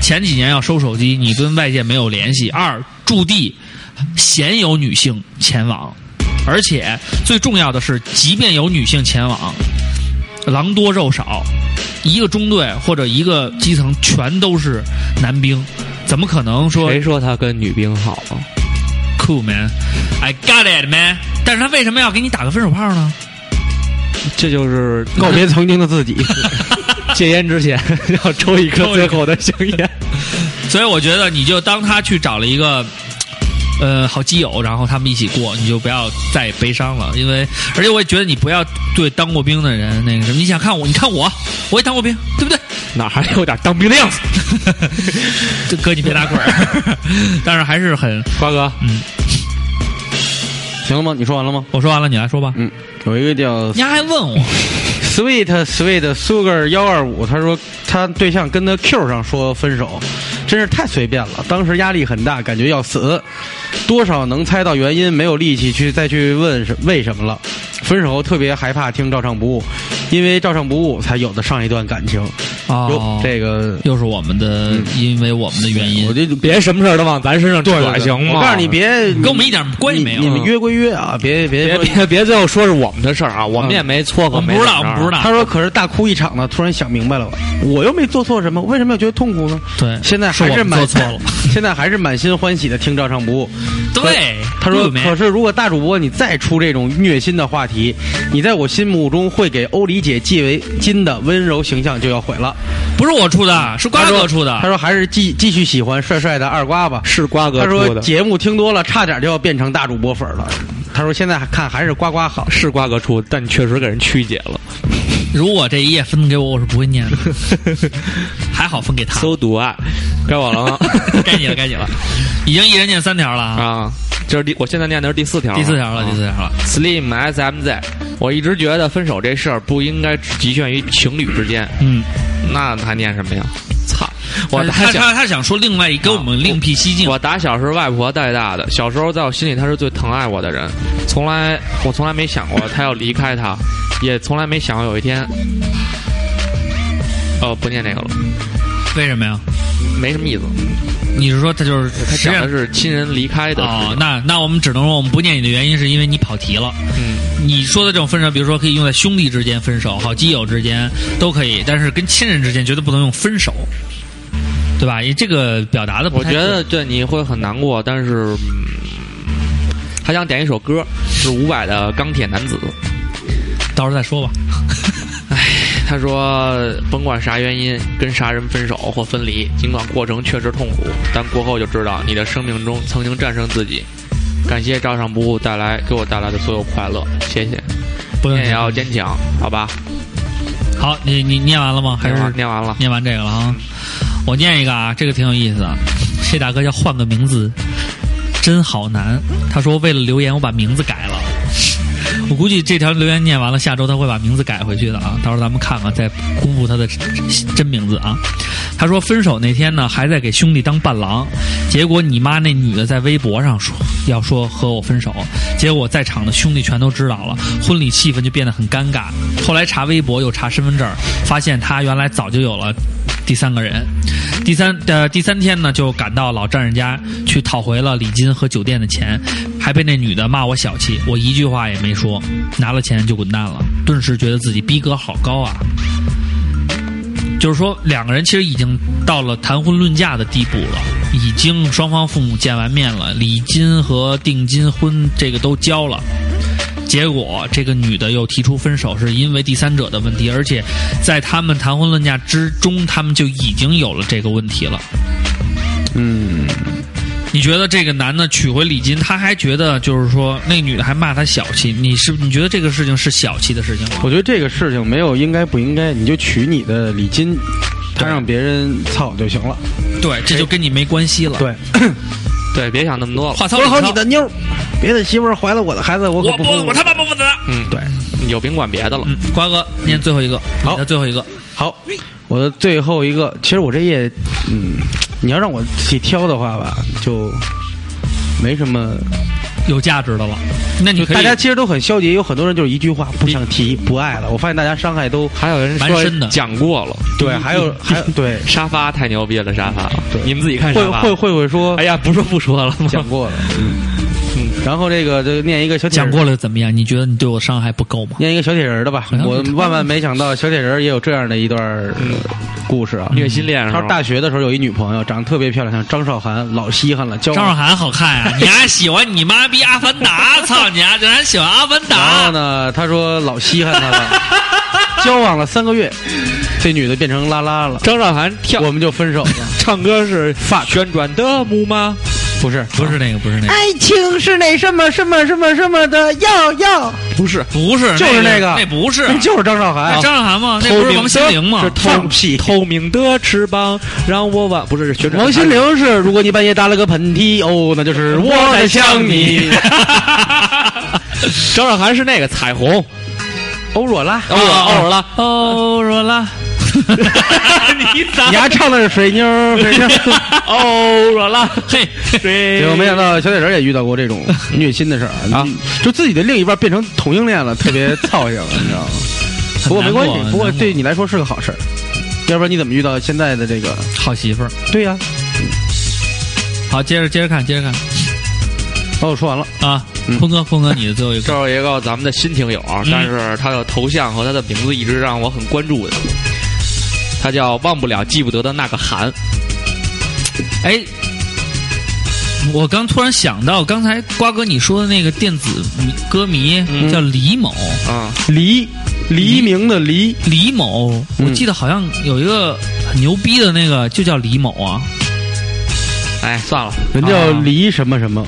Speaker 4: 前几年要收手机，你跟外界没有联系；二驻地鲜有女性前往，而且最重要的是，即便有女性前往，狼多肉少，一个中队或者一个基层全都是男兵，怎么可能说
Speaker 5: 谁说他跟女兵好啊？
Speaker 4: cool man？I got it man！但是他为什么要给你打个分手炮呢？
Speaker 5: 这 <laughs> 就是
Speaker 1: 告别曾经的自己，
Speaker 5: <laughs> 戒烟之前要抽一颗最后的香烟。
Speaker 4: 所以我觉得你就当他去找了一个。呃，好基友，然后他们一起过，你就不要再悲伤了，因为而且我也觉得你不要对当过兵的人那个什么，你想看我，你看我，我也当过兵，对不对？
Speaker 5: 哪还有点当兵的样子？
Speaker 4: 这哥你别打滚 <laughs> 儿，但是还是很，
Speaker 5: 瓜哥，
Speaker 1: 行了吗？你说完了吗？
Speaker 4: 我说完了，你来说吧。
Speaker 1: 嗯，有一个叫
Speaker 4: 你还问我，
Speaker 1: Sweet Sweet Sugar 幺二五，他说他对象跟他 Q 上说分手，真是太随便了。当时压力很大，感觉要死，多少能猜到原因，没有力气去再去问是为什么了。分手后特别害怕听照唱不误，因为照唱不误才有的上一段感情。
Speaker 4: 哦，
Speaker 1: 这个
Speaker 4: 又是我们的，因为我们的原因
Speaker 1: 我，就
Speaker 5: 别什么事儿都往咱身上扯，行吗？
Speaker 1: 我告诉你，别
Speaker 4: 跟我们一点关系没有。嗯
Speaker 1: 你们约归约啊，别别
Speaker 5: 别
Speaker 1: 说。
Speaker 5: 别别，最后说是我们的事儿啊，我们也没撮
Speaker 4: 嗯
Speaker 5: 合，
Speaker 4: 我们
Speaker 5: 没
Speaker 4: 不知道，
Speaker 5: 怎
Speaker 4: 我
Speaker 5: 么
Speaker 4: 们不
Speaker 5: 着
Speaker 4: 知
Speaker 1: <laughs>
Speaker 4: 道。
Speaker 1: 他说：“可是大哭一场呢，突然想明白了，我又没做错什么，为什么要觉得痛苦呢？
Speaker 4: 对，
Speaker 1: 现在
Speaker 4: 是
Speaker 1: 还
Speaker 4: 我们
Speaker 1: 满
Speaker 4: 做错了。，
Speaker 1: <laughs> 现在还是满心欢喜的听照常不误。
Speaker 4: 对，
Speaker 1: 他说：“
Speaker 4: 没
Speaker 1: 可是如果大主播你再出这种虐心的话题，你在我心目中会给欧里姐纪为金的温柔形象就要毁了。
Speaker 4: 不是我出的，是”瓜
Speaker 1: 他
Speaker 4: 哥
Speaker 1: 说
Speaker 4: 出的。
Speaker 1: 他说：“还是继继续喜欢帅帅的二瓜吧。”
Speaker 5: 是瓜哥
Speaker 1: 他
Speaker 5: 出
Speaker 1: 说
Speaker 5: 的，
Speaker 1: 节目听多了，差点就要变成大主播粉了。他说现在看还是呱呱好。
Speaker 5: 是瓜哥出的，但你确实给人曲解了。
Speaker 4: 如果这一页分给我，我是不会念的。还好分给他，
Speaker 5: 搜毒啊，该我了吗？
Speaker 4: <laughs> 该你了，该你了。已经一人念三条了啊，
Speaker 5: 啊，这是第，我现在念的是第四条，
Speaker 4: 第四条了，
Speaker 5: 啊
Speaker 4: 第四条了。
Speaker 5: Slim SMZ，我一直觉得分手这事儿不应该只局限于情侣之间，
Speaker 4: 嗯，
Speaker 5: 那他念什么呀？操！我
Speaker 4: 他
Speaker 5: 打小
Speaker 4: 他他想说另外一，跟我们另辟蹊径。
Speaker 5: <laughs> 我打小是外婆带大的，小时候在我心里她是最疼爱我的人，从来我从来没想过她要离开她，也从来没想过有一天。哦，不念这个了，
Speaker 4: 为什么呀？
Speaker 5: 没什么意思。
Speaker 4: 你是说他就是
Speaker 5: 他
Speaker 4: 实际
Speaker 5: 讲
Speaker 4: 上
Speaker 5: 的是亲人离开的事情
Speaker 4: 哦，那那我们只能说我们不念你的原因是因为你跑题了。
Speaker 5: 嗯，
Speaker 4: 你说的这种分手，比如说可以用在兄弟之间分手，好基友之间都可以，但是跟亲人之间绝对不能用分手，对吧？因为这个表达的不
Speaker 5: 我
Speaker 4: 太
Speaker 5: 觉
Speaker 4: 对
Speaker 5: 得对你会很难过，但是，嗯，还想点一首歌，是伍佰的《钢铁男子》。
Speaker 4: 到时候再说吧。
Speaker 5: 他说：“甭管啥原因，跟啥人分手或分离，尽管过程确实痛苦，但过后就知道你的生命中曾经战胜自己。感谢照常不误带来给我带来的所有快乐，谢谢。
Speaker 4: 不用
Speaker 1: 嗯
Speaker 5: 你也
Speaker 4: 紧
Speaker 5: 要坚强，好吧？
Speaker 4: 好，你你念完了吗？还
Speaker 5: 念
Speaker 4: 是
Speaker 5: 完念完了，
Speaker 4: 念完这个了啊？我念一个啊，这个挺有意思的。这大哥叫换个名字，真好难。他说为了留言，我把名字改了。我估计这条留言念完了，下周他会把名字改回去的啊。到时候咱们看看，再公布他的真名字啊。他说分手那天呢，还在给兄弟当伴郎，结果你妈那女的在微博上说要说和我分手，结果在场的兄弟全都知道了，婚礼气氛就变得很尴尬。后来查微博又查身份证，发现他原来早就有了。第三个人，第三呃第三天呢，就赶到老丈人家去讨回了礼金和酒店的钱，还被那女的骂我小气，我一句话也没说，拿了钱就滚蛋了，顿时觉得自己逼格好高啊。就是说，两个人其实已经到了谈婚论嫁的地步了，已经双方父母见完面了，礼金和定金婚这个都交了。结果这个女的又提出分手，是因为第三者的问题，而且在他们谈婚论嫁之中，他们就已经有了这个问题了。
Speaker 1: 嗯，
Speaker 4: 你觉得这个男的取回礼金，他还觉得就是说那女的还骂他小气，你是你觉得这个事情是小气的事情吗？
Speaker 1: 我觉得这个事情没有应该不应该，你就取你的礼金，他让别人操就行了。
Speaker 4: 对，这就跟你没关系了。，
Speaker 1: 对， <coughs>
Speaker 5: 对，别想那么多了，
Speaker 4: 话糙
Speaker 1: 我
Speaker 4: 理
Speaker 1: 好
Speaker 4: 糙
Speaker 1: 你的妞儿，别的媳妇儿怀了我的孩子，我可
Speaker 4: 我
Speaker 1: 不
Speaker 4: 不
Speaker 1: 分
Speaker 4: 我他妈不负责。
Speaker 5: 嗯，
Speaker 1: 对。
Speaker 5: 你就甭管别的了。
Speaker 4: 嗯，瓜哥念最后一个，
Speaker 1: 好
Speaker 4: 你的最后一个，
Speaker 1: 好，我的最后一个，其实我这页，嗯，你要让我自己挑的话吧，就没什么。
Speaker 4: 有价值的了。那你
Speaker 1: 就
Speaker 4: 可以
Speaker 1: 大家其实都很消极，有很多人就是一句话不想提，不爱了。我发现大家伤害都
Speaker 5: 还有人
Speaker 4: 蛮深的
Speaker 5: 说讲过了，
Speaker 1: 对，还有还有 <laughs> 对，
Speaker 5: 沙发太牛逼了，沙发
Speaker 1: 对，
Speaker 5: 你们自己看
Speaker 1: 会
Speaker 5: 沙发。
Speaker 1: 会会不会说
Speaker 5: 哎呀，不说不说了，
Speaker 1: 讲过了，嗯，然后这个就念一个小铁人
Speaker 4: 讲过了怎么样？你觉得你对我伤害不够吗？
Speaker 1: 念一个小铁人的吧
Speaker 4: 好，像
Speaker 1: 我
Speaker 4: 是他
Speaker 1: 万万没想到小铁人也有这样的一段呃故事啊。
Speaker 4: 嗯
Speaker 5: 虐心恋是
Speaker 1: 他
Speaker 5: 吧
Speaker 1: 说大学的时候有一女朋友，长得特别漂亮，像张韶涵，老稀 <laughs> 罕了，交往
Speaker 4: 张韶涵好看啊！你还喜欢你妈逼阿凡达？操你啊！竟然喜欢阿凡
Speaker 1: 然后
Speaker 4: 达！
Speaker 1: 呢，他说老稀罕他了， <laughs> 交往了三个月，这女的变成拉拉了，
Speaker 5: 张韶涵跳
Speaker 1: 我们就分手了。
Speaker 5: 唱歌是旋转的木马，
Speaker 1: 不是，
Speaker 4: 不是那个，不是那个，
Speaker 1: 爱情是那什么什么什么什么的，要要，
Speaker 5: 不是
Speaker 4: 不是，
Speaker 1: 就是
Speaker 4: 那
Speaker 1: 那个
Speaker 4: 那不是，
Speaker 1: 那 <laughs> 就是张韶涵
Speaker 4: 那。张韶涵吗？那
Speaker 5: 透
Speaker 4: 不是
Speaker 5: 明
Speaker 4: 王心
Speaker 5: 的
Speaker 4: 凌吗？
Speaker 5: 是
Speaker 1: 啊放屁！
Speaker 5: 透明的翅膀让我挽，不是是旋转。
Speaker 1: 王心，凌是，如果你半夜打了个喷嚏，哦，那就是我在想你。
Speaker 4: <laughs>
Speaker 5: 张韶涵是那个彩虹，
Speaker 1: <laughs> 欧若拉，
Speaker 4: 哦
Speaker 5: 偶尔偶尔了，
Speaker 4: 欧
Speaker 1: <laughs>
Speaker 4: 若拉，你咋
Speaker 1: 你？还唱的是水妞儿，水 <laughs> 妞儿。
Speaker 5: 欧若拉，
Speaker 4: 嘿，
Speaker 1: 结果没想到小铁人也遇到过这种虐心的事儿哎啊，就自己的另一半变成同 <laughs> 性恋了，特别操性了，你知道吗？不过没关系
Speaker 4: 很难过，
Speaker 1: 不过
Speaker 4: 很难过
Speaker 1: 对你来说是个好事儿。要不然你怎么遇到现在的这个？
Speaker 4: 好媳妇儿。
Speaker 1: 对呀、
Speaker 4: 好，接着接着看，接着
Speaker 1: 哦，我说完了。
Speaker 4: 看啊，
Speaker 1: 嗯
Speaker 4: 坤哥，坤哥，你的最后一个，
Speaker 5: 这是一个咱们的新听友啊，
Speaker 4: 嗯
Speaker 5: 但是他的头像和他的名字一直让我很关注的。他叫忘不了、记不得的那个韩，
Speaker 4: 哎。我刚突然想到，刚才瓜哥你说的那个电子迷歌迷
Speaker 5: 嗯
Speaker 4: 叫李某，
Speaker 5: 嗯，
Speaker 1: 黎黎明的黎，
Speaker 4: 李某，我
Speaker 1: 嗯
Speaker 4: 记得好像有一个很牛逼的那个，就叫李某啊，
Speaker 5: 哎，算了，
Speaker 1: 人叫黎什么什么。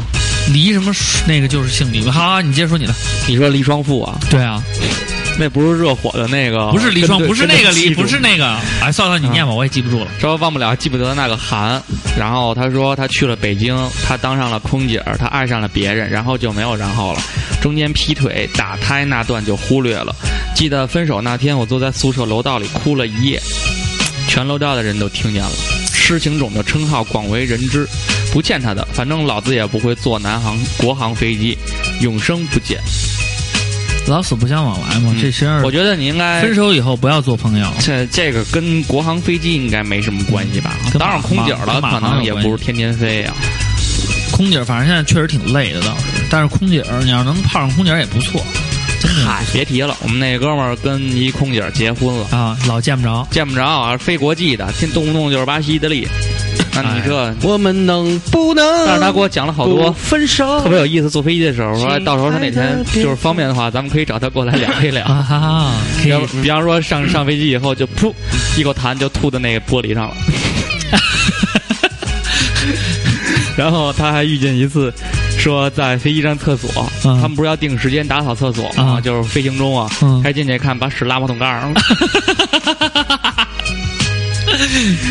Speaker 4: 黎什么那个就是姓李吧。好，好你接着说你的。
Speaker 5: 你说黎双富啊，
Speaker 4: 对啊，哦
Speaker 5: 那不是热火的那个，
Speaker 4: 不是黎双，
Speaker 5: 跟队
Speaker 4: 不是那个黎，
Speaker 5: 跟队
Speaker 4: 不是那个。哎，算了，你念吧，我也记不住了。
Speaker 5: 说忘不了、记不得的那个韩，然后他说他去了北京，他当上了空姐儿，他爱上了别人，然后就没有然后了。中间劈腿、打胎那段就忽略了。记得分手那天，我坐在宿舍楼道里哭了一夜，全楼道的人都听见了。痴情种的称号广为人知，不欠他的，反正老子也不会坐南航、国航飞机，永生不见。
Speaker 4: 老死不相往来嘛，
Speaker 5: 嗯
Speaker 4: 这身
Speaker 5: 我
Speaker 4: 上
Speaker 5: 觉得你应该
Speaker 4: 分手以后不要做朋友。
Speaker 5: 这这个跟国航飞机应该没什么关系吧？
Speaker 4: 跟
Speaker 5: 当上空姐
Speaker 4: 马
Speaker 5: 了，
Speaker 4: 马
Speaker 5: 可
Speaker 4: 航
Speaker 5: 能
Speaker 4: 有
Speaker 5: 也
Speaker 4: 关
Speaker 5: 不是天天飞啊。
Speaker 4: 空姐，反正现在确实挺累的，倒是。但是空姐儿，你要能泡上空姐儿也不错，真的
Speaker 5: 嗨，嗯别提了，我们那哥们儿跟一空姐结婚了，
Speaker 4: 啊，老见不着。
Speaker 5: 见不着啊，非国际的，天动不动就是巴西、意大利。那你这，
Speaker 1: 我们能不能？
Speaker 5: 但是他给我讲了好多
Speaker 1: 不分手
Speaker 5: 特别有意思。坐飞机的时候，说
Speaker 1: 亲爱
Speaker 5: 哎
Speaker 1: 的
Speaker 5: 到时候他哪天就是方便的话，咱们可以找他过来
Speaker 4: <laughs>
Speaker 5: 聊一聊。
Speaker 4: 啊哈哈，可
Speaker 5: 比
Speaker 4: 以
Speaker 5: 方比方说上上飞机以后就噗一口痰就吐到那个玻璃上了，然后他还遇见一次，说在飞机上厕所，
Speaker 4: 嗯
Speaker 5: 他们不是要定时间打扫厕所吗？
Speaker 4: 啊
Speaker 5: 就是飞行中啊，
Speaker 4: 嗯
Speaker 5: 开进去看把屎拉马桶盖上了。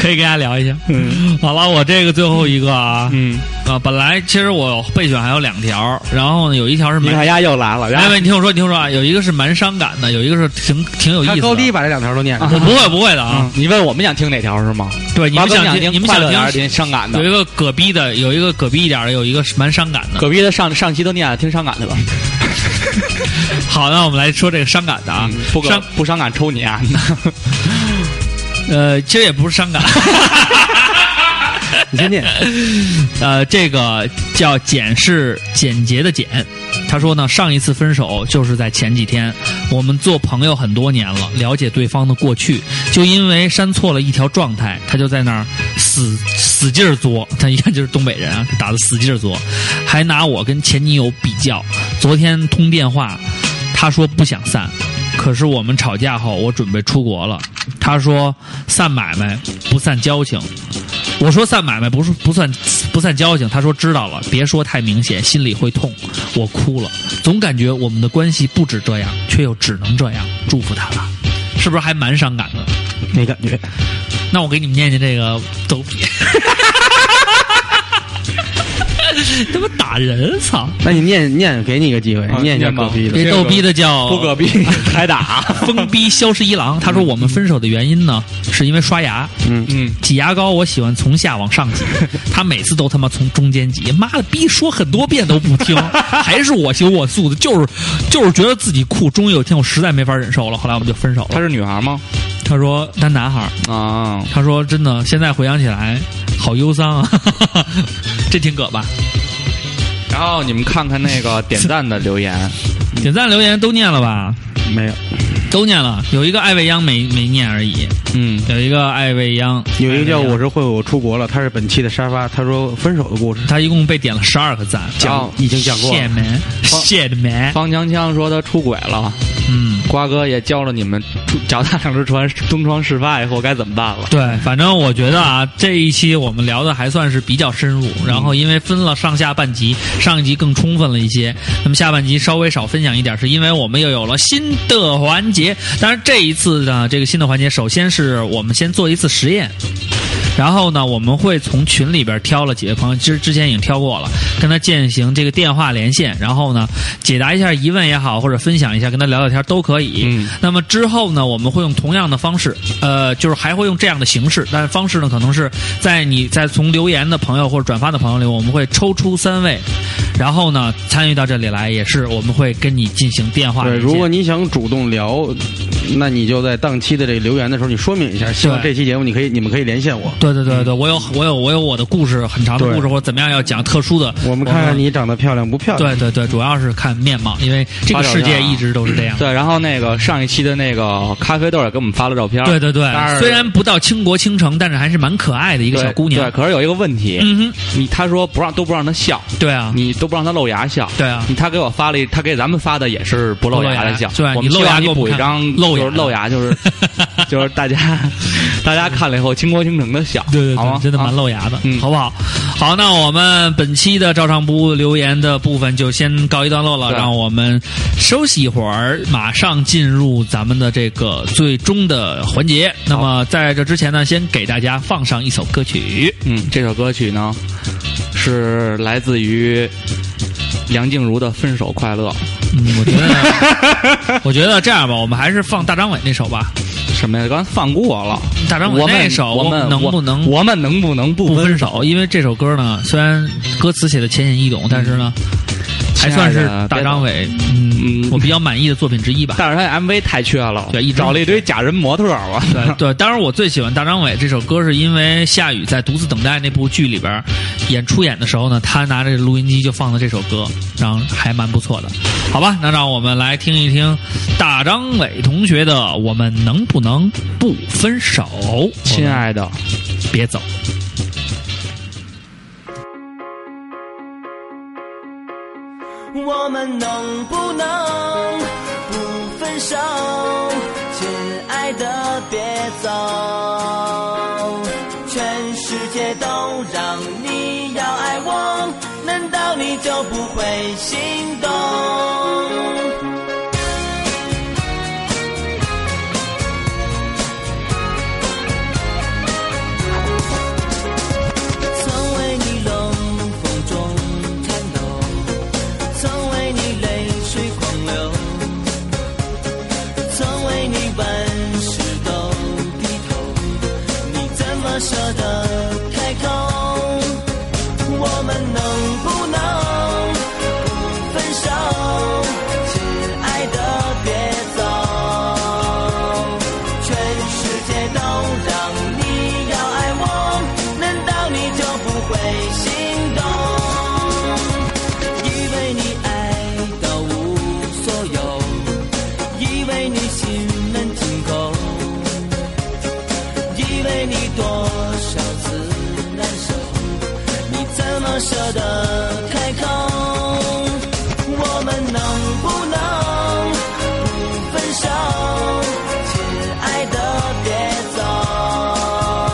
Speaker 4: 可以跟大家聊一下。嗯，好了，我这个最后一个啊
Speaker 5: 嗯，
Speaker 4: 啊，本来其实我备选还有两条，然后呢有一条是
Speaker 5: 你
Speaker 4: 蛮，
Speaker 5: 看丫又来了，
Speaker 4: 哎
Speaker 5: 丫
Speaker 4: 喂，你听我说，你听我说啊，有一个是蛮伤感的，有一个是挺挺有意思
Speaker 1: 他
Speaker 4: 的。
Speaker 1: 高低把这两条都念了。
Speaker 4: 我不会不会的啊
Speaker 5: 嗯，你问我们想听哪条是吗？
Speaker 4: 对，你
Speaker 5: 瓜
Speaker 4: 们
Speaker 5: 哥
Speaker 4: 想
Speaker 5: 听
Speaker 4: 你们
Speaker 5: 快
Speaker 4: 想
Speaker 5: 乐点还是
Speaker 4: 听
Speaker 5: 听伤感
Speaker 4: 有
Speaker 5: 的？
Speaker 4: 一个葛逼的，有一个葛逼一点的，有一个是蛮伤感的。
Speaker 5: 隔壁的上上期都念了，听伤感的吧。
Speaker 4: 好，那我们来说这个伤感的啊，
Speaker 5: 不
Speaker 4: 伤
Speaker 5: 伤不伤感抽
Speaker 4: <laughs>
Speaker 5: 你啊！
Speaker 4: 呃，其实也不是伤感，
Speaker 1: 你先念。
Speaker 4: 呃，这个叫简是简洁的简。他说呢，上一次分手就是在前几天，我们做朋友很多年了，了解对方的过去，就因为删错了一条状态，他就在那儿死死劲儿作，他一看就是东北人啊，打的死劲儿作，还拿我跟前女友比较。昨天通电话，他说不想散，可是我们吵架后，我准备出国了，他说散买卖不散交情，我说散买卖不是不算不算交情，他说知道了，别说太明显，心里会痛。我哭了，总感觉我们的关系不止这样，却又只能这样。祝福他吧，是不是还蛮伤感的？
Speaker 1: 没感觉。
Speaker 4: 那我给你们念念这个逗比， <laughs> 他妈打人，啊操！
Speaker 1: 那你念念，给你一个机会，啊念一下
Speaker 5: 念吧
Speaker 1: 狗 <laughs> 逼的。
Speaker 4: 这逗逼的叫
Speaker 5: 不隔壁还打，啊
Speaker 4: <laughs> 疯逼消失一郎，他说我们分手的原因呢，是因为刷牙。
Speaker 1: 嗯，
Speaker 5: 嗯，
Speaker 4: 挤牙膏，我喜欢从下往上挤，他每次都他妈从中间挤。妈的逼，说很多遍都不听，还是我行我素的，就是就是觉得自己酷。终于有一天，我实在没法忍受了，后来我们就分手
Speaker 5: 她
Speaker 4: 了。
Speaker 5: 是女孩吗？
Speaker 4: 他说他男孩儿，
Speaker 5: 啊，
Speaker 4: 他说真的，现在回想起来好忧伤啊， <laughs> 这挺葛吧？
Speaker 5: 然后你们看看那个点赞的留言，
Speaker 4: 点赞留言都念了吧？
Speaker 1: 没有。
Speaker 4: 都念了，有一个艾未央没没念而已，
Speaker 5: 嗯，
Speaker 4: 有一个艾未央，
Speaker 1: 有一个叫
Speaker 4: 艾未
Speaker 1: 我
Speaker 4: 央，
Speaker 1: 是会我出国了，他是本期的沙发，他说分手的故事，
Speaker 4: 他一共被点了十二个赞，啊
Speaker 5: 然
Speaker 1: 讲
Speaker 5: 后
Speaker 1: 已经讲过
Speaker 4: 谢
Speaker 1: 了。
Speaker 4: 梅，谢梅，
Speaker 5: 方强强说他出轨了，
Speaker 4: 嗯。
Speaker 5: 瓜哥也教了你们出脚踏两只船东窗事发以后该怎么办了。
Speaker 4: 对，反正我觉得啊，这一期我们聊的还算是比较深入，然后因为分了上下半集，上一集更充分了一些，那么下半集稍微少分享一点，是因为我们又有了新的环节。当然，这一次呢，这个新的环节，首先是我们先做一次实验。然后呢，我们会从群里边挑了几位朋友，之之前已经挑过了，跟他进行这个电话连线，然后呢，解答一下疑问也好，或者分享一下，跟他聊聊天都可以。
Speaker 5: 嗯
Speaker 4: 那么之后呢，我们会用同样的方式，呃，就是还会用这样的形式，但是方式呢，可能是在你在从留言的朋友或者转发的朋友里，我们会抽出三位，然后呢参与到这里来，也是我们会跟你进行电话
Speaker 1: 对，
Speaker 4: 连线。
Speaker 1: 如果你想主动聊，那你就在档期的这个留言的时候，你说明一下，希望
Speaker 4: 对
Speaker 1: 这期节目你可以你们可以连线我，
Speaker 4: 对对对对，我有我有我有我的故事，很长的
Speaker 1: 对
Speaker 4: 故事，或者怎么样要讲特殊的。
Speaker 1: 我们看看你长得漂亮不漂亮。
Speaker 4: 对对对，主要是看面貌，因为这个世界一直都是这样。
Speaker 5: 对，然后那个上一期的那个咖啡豆也给我们发了照片，
Speaker 4: 对对对
Speaker 5: 但，是
Speaker 4: 虽然不到倾国倾城，但是还是蛮可爱的一
Speaker 5: 一
Speaker 4: 个小姑
Speaker 5: 对，
Speaker 4: 娘。
Speaker 5: 可是有一个问题，
Speaker 4: 嗯哼，
Speaker 5: 你他说不让都不让他笑，
Speaker 4: 对啊，
Speaker 5: 你都不让他露牙笑，
Speaker 4: 对啊
Speaker 5: 你他给我发了一，他给咱们发的也是不露牙的笑，
Speaker 4: 不露牙对
Speaker 5: 我
Speaker 4: 你露
Speaker 5: 们希
Speaker 4: 牙给
Speaker 5: 望你
Speaker 4: 我们
Speaker 5: 补一
Speaker 4: 看
Speaker 5: 张
Speaker 4: 露
Speaker 5: 就是
Speaker 4: 牙
Speaker 5: 露牙，就是
Speaker 4: <laughs>
Speaker 5: 就是大家大家看了以后倾国倾城的笑，
Speaker 4: 对对
Speaker 5: 好吗
Speaker 4: 对，真的蛮
Speaker 5: 啊
Speaker 4: 露牙的，
Speaker 5: 嗯
Speaker 4: 好不好？好，那我们本期的照常不误留言的部分就先告一段落了，
Speaker 5: 对
Speaker 4: 让我们休息一会儿，马上进入咱们的这个最终的环节。那么在这之前呢，先给大家放上一首歌曲，
Speaker 5: 嗯，这首歌曲呢是来自于梁静茹的《分手快乐》，
Speaker 4: 嗯，我觉得， <laughs> 我觉得这样吧，我们还是放大张伟那首吧。
Speaker 5: 什么呀？刚才放过了，
Speaker 4: 大张伟
Speaker 5: 我
Speaker 4: 那
Speaker 5: 们
Speaker 4: 首，
Speaker 5: 我们
Speaker 4: 能不
Speaker 5: 我
Speaker 4: 能
Speaker 5: 我们能不能不
Speaker 4: 不
Speaker 5: 分
Speaker 4: 分手，因为这首歌呢，虽然歌词写的浅显易懂，但是呢，还算是大张伟，嗯
Speaker 5: 嗯，
Speaker 4: 我比较满意的作品之一吧。
Speaker 5: 但是他 MV 太缺了，
Speaker 4: 对一直
Speaker 5: 找了一堆假人模特儿吧。
Speaker 4: <laughs> 对对，当然我最喜欢大张伟这首歌，是因为夏雨在《独自等待》那部剧里边演出演的时候呢，他拿着录音机就放了这首歌，然后还蛮不错的。好吧，那让我们来听一听大张伟同学的《我们能不能不分手》。
Speaker 5: <laughs> 亲爱的，
Speaker 4: 别走。
Speaker 6: 我们能不能不分手？亲爱的，别走，全世界都让你要爱我，难道你就不会心动？曾为你冷风中颤抖。曾为你泪水狂流，曾为你万事都低头，你怎么舍得开口？我们能不能不分手？亲爱的，别走，全世界都让你要爱我，难道你就不会心动？以为你爱到无所有，以为你心门紧扣，以为你多少次难受，你怎么舍得开口？我们能不能不分手？亲爱的，别走。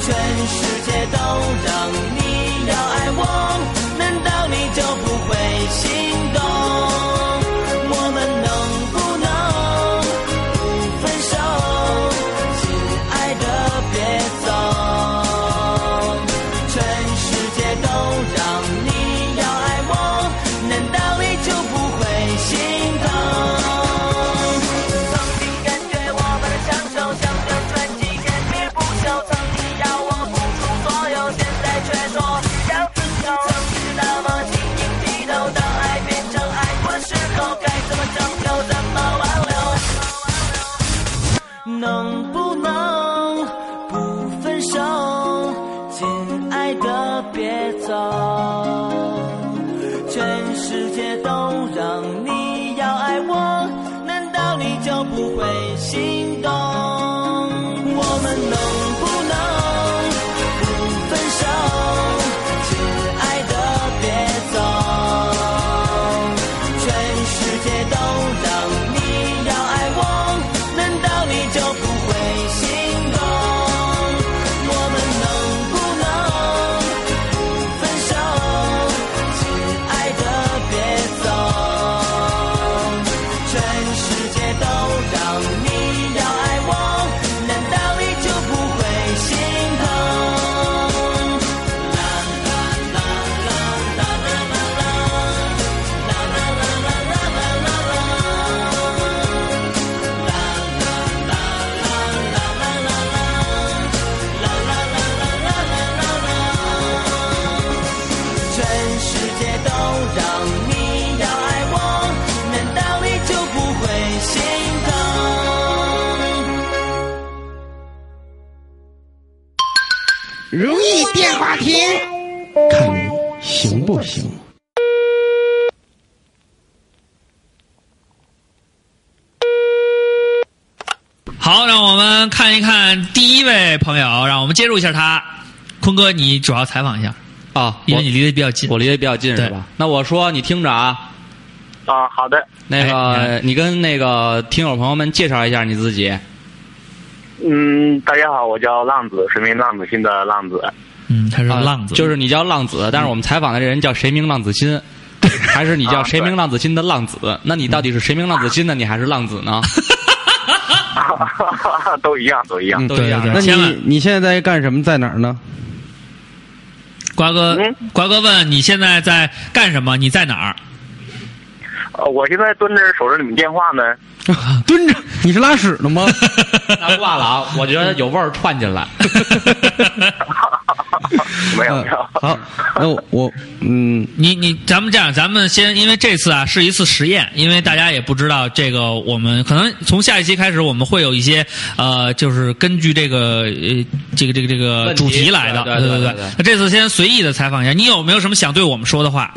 Speaker 6: 全世界都让你要爱我，难道你就不会心动？我们能不能不分手？亲爱的，别走，全世界都让你要爱我，难道你就不会心疼？曾经感觉我们的相守像个传奇，坚持不朽。曾经要我付出所有，现在却说要自由。曾是那么晶莹剔透，当爱变成爱过时候，该怎么拯救，怎么挽留？能不能不分手？亲爱的，别走，全世界都让你要爱我，难道你就不会心动？我们能不能不分手？亲爱的，别走，全世界都让你要爱我，难道你就不会心动？我们能不能不分手？亲爱的，别走，全世界都让你要爱我，难道你就不会心疼？全世界都让你要爱我，难道你就不会心疼？
Speaker 1: 如意电话亭，看你行不行？
Speaker 4: 好，让我们看一看第一位朋友，让我们接入一下他。坤哥，你主要采访一下，
Speaker 5: 啊，
Speaker 4: 因
Speaker 5: 我
Speaker 4: 为你离得比较近。
Speaker 5: 我离得比较近
Speaker 4: 对
Speaker 5: 是吧？那我说你听着啊，
Speaker 7: 啊，好的，
Speaker 5: 那
Speaker 4: 哎你
Speaker 5: 个你跟那个听友朋友们介绍一下你自己。
Speaker 7: 嗯，大家好，我叫浪子，谁名浪子心的浪子。 <laughs>
Speaker 4: 嗯，他是
Speaker 5: 啊
Speaker 4: 浪子，
Speaker 5: 就是你叫浪子，但是我们采访的这人叫谁名浪子
Speaker 4: <laughs>
Speaker 5: 心，还是你叫
Speaker 7: 啊
Speaker 5: 谁名浪子心的浪子？那你到底是谁名浪子心呢？你还是浪子呢？
Speaker 7: 都一样，都一样。
Speaker 1: 嗯
Speaker 5: 都一样
Speaker 1: 对
Speaker 5: 是
Speaker 1: 那
Speaker 5: 吧
Speaker 4: 千万
Speaker 1: 你你现在在干什么？在哪儿呢？
Speaker 4: 瓜哥
Speaker 7: 嗯。
Speaker 4: 瓜哥问你现在在干什么？你在哪儿？
Speaker 7: 呃，我现在蹲着守着你们电话呢。 <laughs>
Speaker 1: 蹲着，你是拉屎呢吗？
Speaker 5: 那挂了啊！我觉得有味儿串进来。
Speaker 7: 没有，
Speaker 1: 嗯
Speaker 7: 没有。
Speaker 1: 好，那我我嗯，
Speaker 4: 你你，咱们这样，咱们先，因为这次啊是一次实验，因为大家也不知道这个，我们可能从下一期开始，我们会有一些呃，就是根据这个呃这个这个这个
Speaker 5: 问题
Speaker 4: 主题来的，
Speaker 5: 对
Speaker 4: 对
Speaker 5: 对对对
Speaker 4: 对
Speaker 5: 对。
Speaker 4: 那这次先随意的采访一下，你有没有什么想对我们说的话？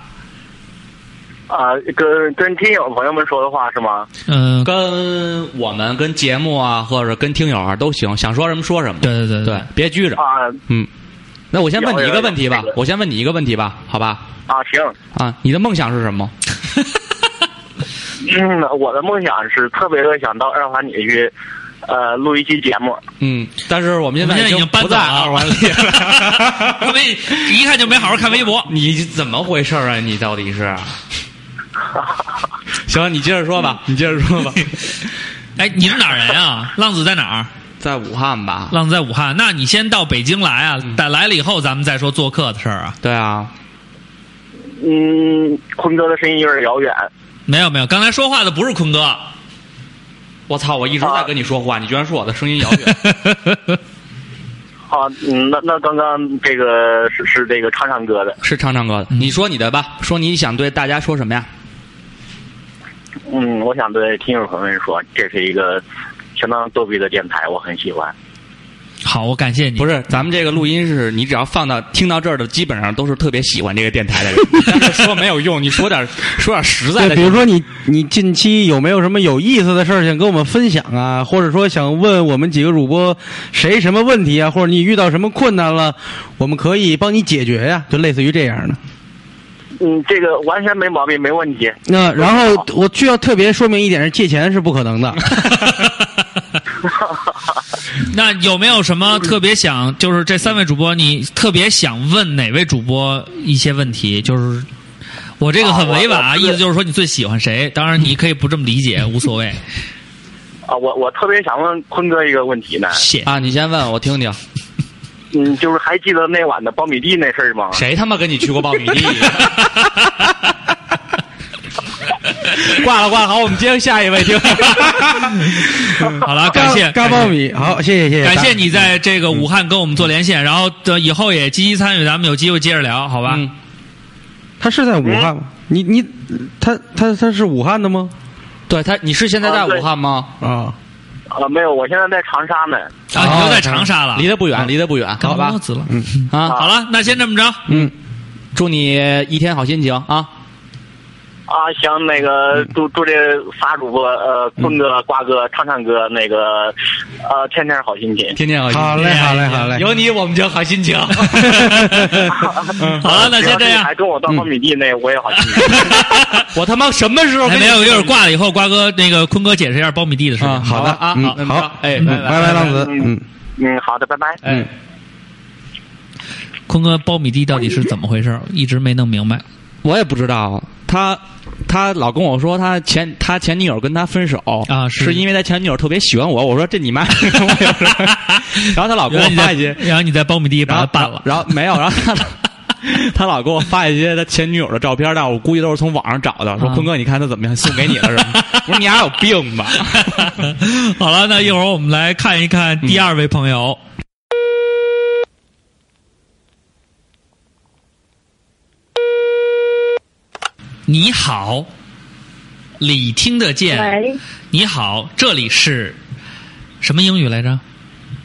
Speaker 7: 啊、跟跟听友朋友们说的话是吗？
Speaker 4: 嗯，
Speaker 5: 跟我们、跟节目啊，或者跟听友啊都行，想说什么说什么。
Speaker 4: 对对对
Speaker 5: 对，别拘着。
Speaker 7: 啊
Speaker 5: 嗯，那我先问你一
Speaker 7: 有有
Speaker 5: 个问题吧
Speaker 7: 有有，
Speaker 5: 我先问你一个问题吧，好吧？
Speaker 7: 啊，行。
Speaker 5: 啊，你的梦想是什么？
Speaker 7: 嗯，我的梦想是特别的想到二环里去，呃，录一期节目。
Speaker 5: 嗯，但是我们现
Speaker 4: 我们现在
Speaker 5: 在
Speaker 4: 已经搬
Speaker 5: 不
Speaker 4: 走
Speaker 5: 在
Speaker 4: 了
Speaker 5: 二环里 <laughs> 了。
Speaker 4: <laughs> 因为一看就没好好看微博。
Speaker 5: 你怎么回事儿啊？你到底是？行，你接着说吧，你接着说吧。
Speaker 4: 哎，你是哪儿人啊？浪子在哪儿？
Speaker 5: <laughs> 在武汉吧？
Speaker 4: 浪子在武汉。那你先到北京来啊，但来了以后咱们再说做客的事儿啊。
Speaker 5: 对啊，
Speaker 7: 嗯，坤哥的声音有点遥远。
Speaker 4: 没有没有，刚才说话的不是坤哥。
Speaker 5: 我操！我一直在跟你说话，你居然说我的声音遥远。
Speaker 7: 啊，嗯，那那刚刚这个是是这个唱唱歌的。
Speaker 5: <laughs> 是唱唱歌的，嗯你说你的吧，说你想对大家说什么呀？
Speaker 7: 嗯，我想对听友朋友们说，这是一个相当逗逼的电台，我很喜欢。
Speaker 4: 好，我感谢你。
Speaker 5: 嗯不是，咱们这个录音是你只要放到听到这儿的，基本上都是特别喜欢这个电台的人。但 <laughs> 是说没有用，你说点说点实在
Speaker 1: 对，
Speaker 5: 的。
Speaker 1: 比如说你你近期有没有什么有意思的事儿想跟我们分享啊？或者说想问我们几个主播谁什么问题啊？或者你遇到什么困难了，我们可以帮你解决呀、就类似于这样的。
Speaker 7: 嗯，这个完全没毛病，没问题。
Speaker 1: 那然后我需要特别说明一点是，借钱是不可
Speaker 5: <laughs>
Speaker 1: 能的。
Speaker 4: 那有没有什么特别想，就是这三位主播，你特别想问哪位主播一些问题？就是我这个很委婉，
Speaker 7: 啊我
Speaker 4: 啊，
Speaker 7: 我
Speaker 4: 意思就是说你最喜欢谁？当然你可以不这么理解，无所谓。
Speaker 7: 啊，我我特别想问坤哥一个问题呢，
Speaker 4: 谢。
Speaker 5: 啊，你先问我听听，
Speaker 7: 嗯，就是还记得那晚的苞米地那事儿吗？
Speaker 5: 谁他妈跟你去过苞米 <laughs> 地？挂了挂了，好，我们接下一位听。
Speaker 4: 好了，感谢
Speaker 1: 嘎
Speaker 4: 感谢
Speaker 1: 爆米，好，谢谢谢谢，
Speaker 4: 感谢你在这个武汉跟我们做连线，然后呃以后也积极参与，咱们有机会接着聊，好吧？
Speaker 5: 嗯
Speaker 1: 他是在武汉吗？你你他他他是武汉的吗？
Speaker 5: 对他，你是现在在武汉吗？
Speaker 1: 啊，
Speaker 7: 啊，没有，我现在在长沙呢。
Speaker 4: 啊，你都在长沙了，
Speaker 5: 离得不远，离得不远，好吧
Speaker 4: 高帽？子了。
Speaker 5: 啊，
Speaker 4: 好了，那先这么着。
Speaker 1: 嗯，
Speaker 5: 祝你一天好心情啊！
Speaker 7: 啊，行，那个祝祝这仨主播，呃，坤哥、瓜哥、唱唱哥，那个，呃，天天好心情。
Speaker 5: 天天好心情。
Speaker 1: 好嘞好嘞好嘞，
Speaker 5: 哎有你我们就好心情。
Speaker 4: 哎嗯好了，那
Speaker 7: 只
Speaker 4: 先
Speaker 7: 要是
Speaker 4: 这
Speaker 7: 你
Speaker 4: 样
Speaker 7: 还。跟我到苞米地那，我也好心
Speaker 4: <laughs>
Speaker 7: 情。
Speaker 5: 我他妈什么时候
Speaker 4: 哎，
Speaker 5: 跟你
Speaker 4: 没有，一会儿挂了以后，瓜哥那个坤哥解释一下苞米地的事情。
Speaker 5: 啊？好
Speaker 1: 的
Speaker 5: 了啊，
Speaker 1: 嗯
Speaker 5: 那么着
Speaker 1: 好，
Speaker 5: 哎，
Speaker 1: 嗯
Speaker 5: 拜
Speaker 1: 拜拜，浪子，嗯
Speaker 7: 嗯，好的，拜拜。
Speaker 5: 哎，
Speaker 4: 坤哥，苞米地到底是怎么回事？一直没弄明白。
Speaker 5: 我也不知道他。他老跟我说他前他前女友跟他分手
Speaker 4: 啊是
Speaker 5: 是因为他前女友特别喜欢我，我说这你妈， <laughs> 我有什么然后他老给
Speaker 4: 然后
Speaker 5: 我
Speaker 4: 你
Speaker 5: 发
Speaker 4: 在
Speaker 5: 一些，
Speaker 4: 然后你在苞米地
Speaker 5: 然
Speaker 4: 把
Speaker 5: 后
Speaker 4: 它办了。 <laughs>
Speaker 5: 然后没有，然后他他老给我发一些他前女友的照片，但我估计都是从网上找的，说
Speaker 4: 啊
Speaker 5: 坤哥你看他怎么样，送给你了是吗？我说你丫有病吧？
Speaker 4: 好了，那一会儿我们来看一看第二位朋友。你好，你听得见？
Speaker 8: 喂
Speaker 4: 你好，这里是什么英语来着？
Speaker 5: <laughs>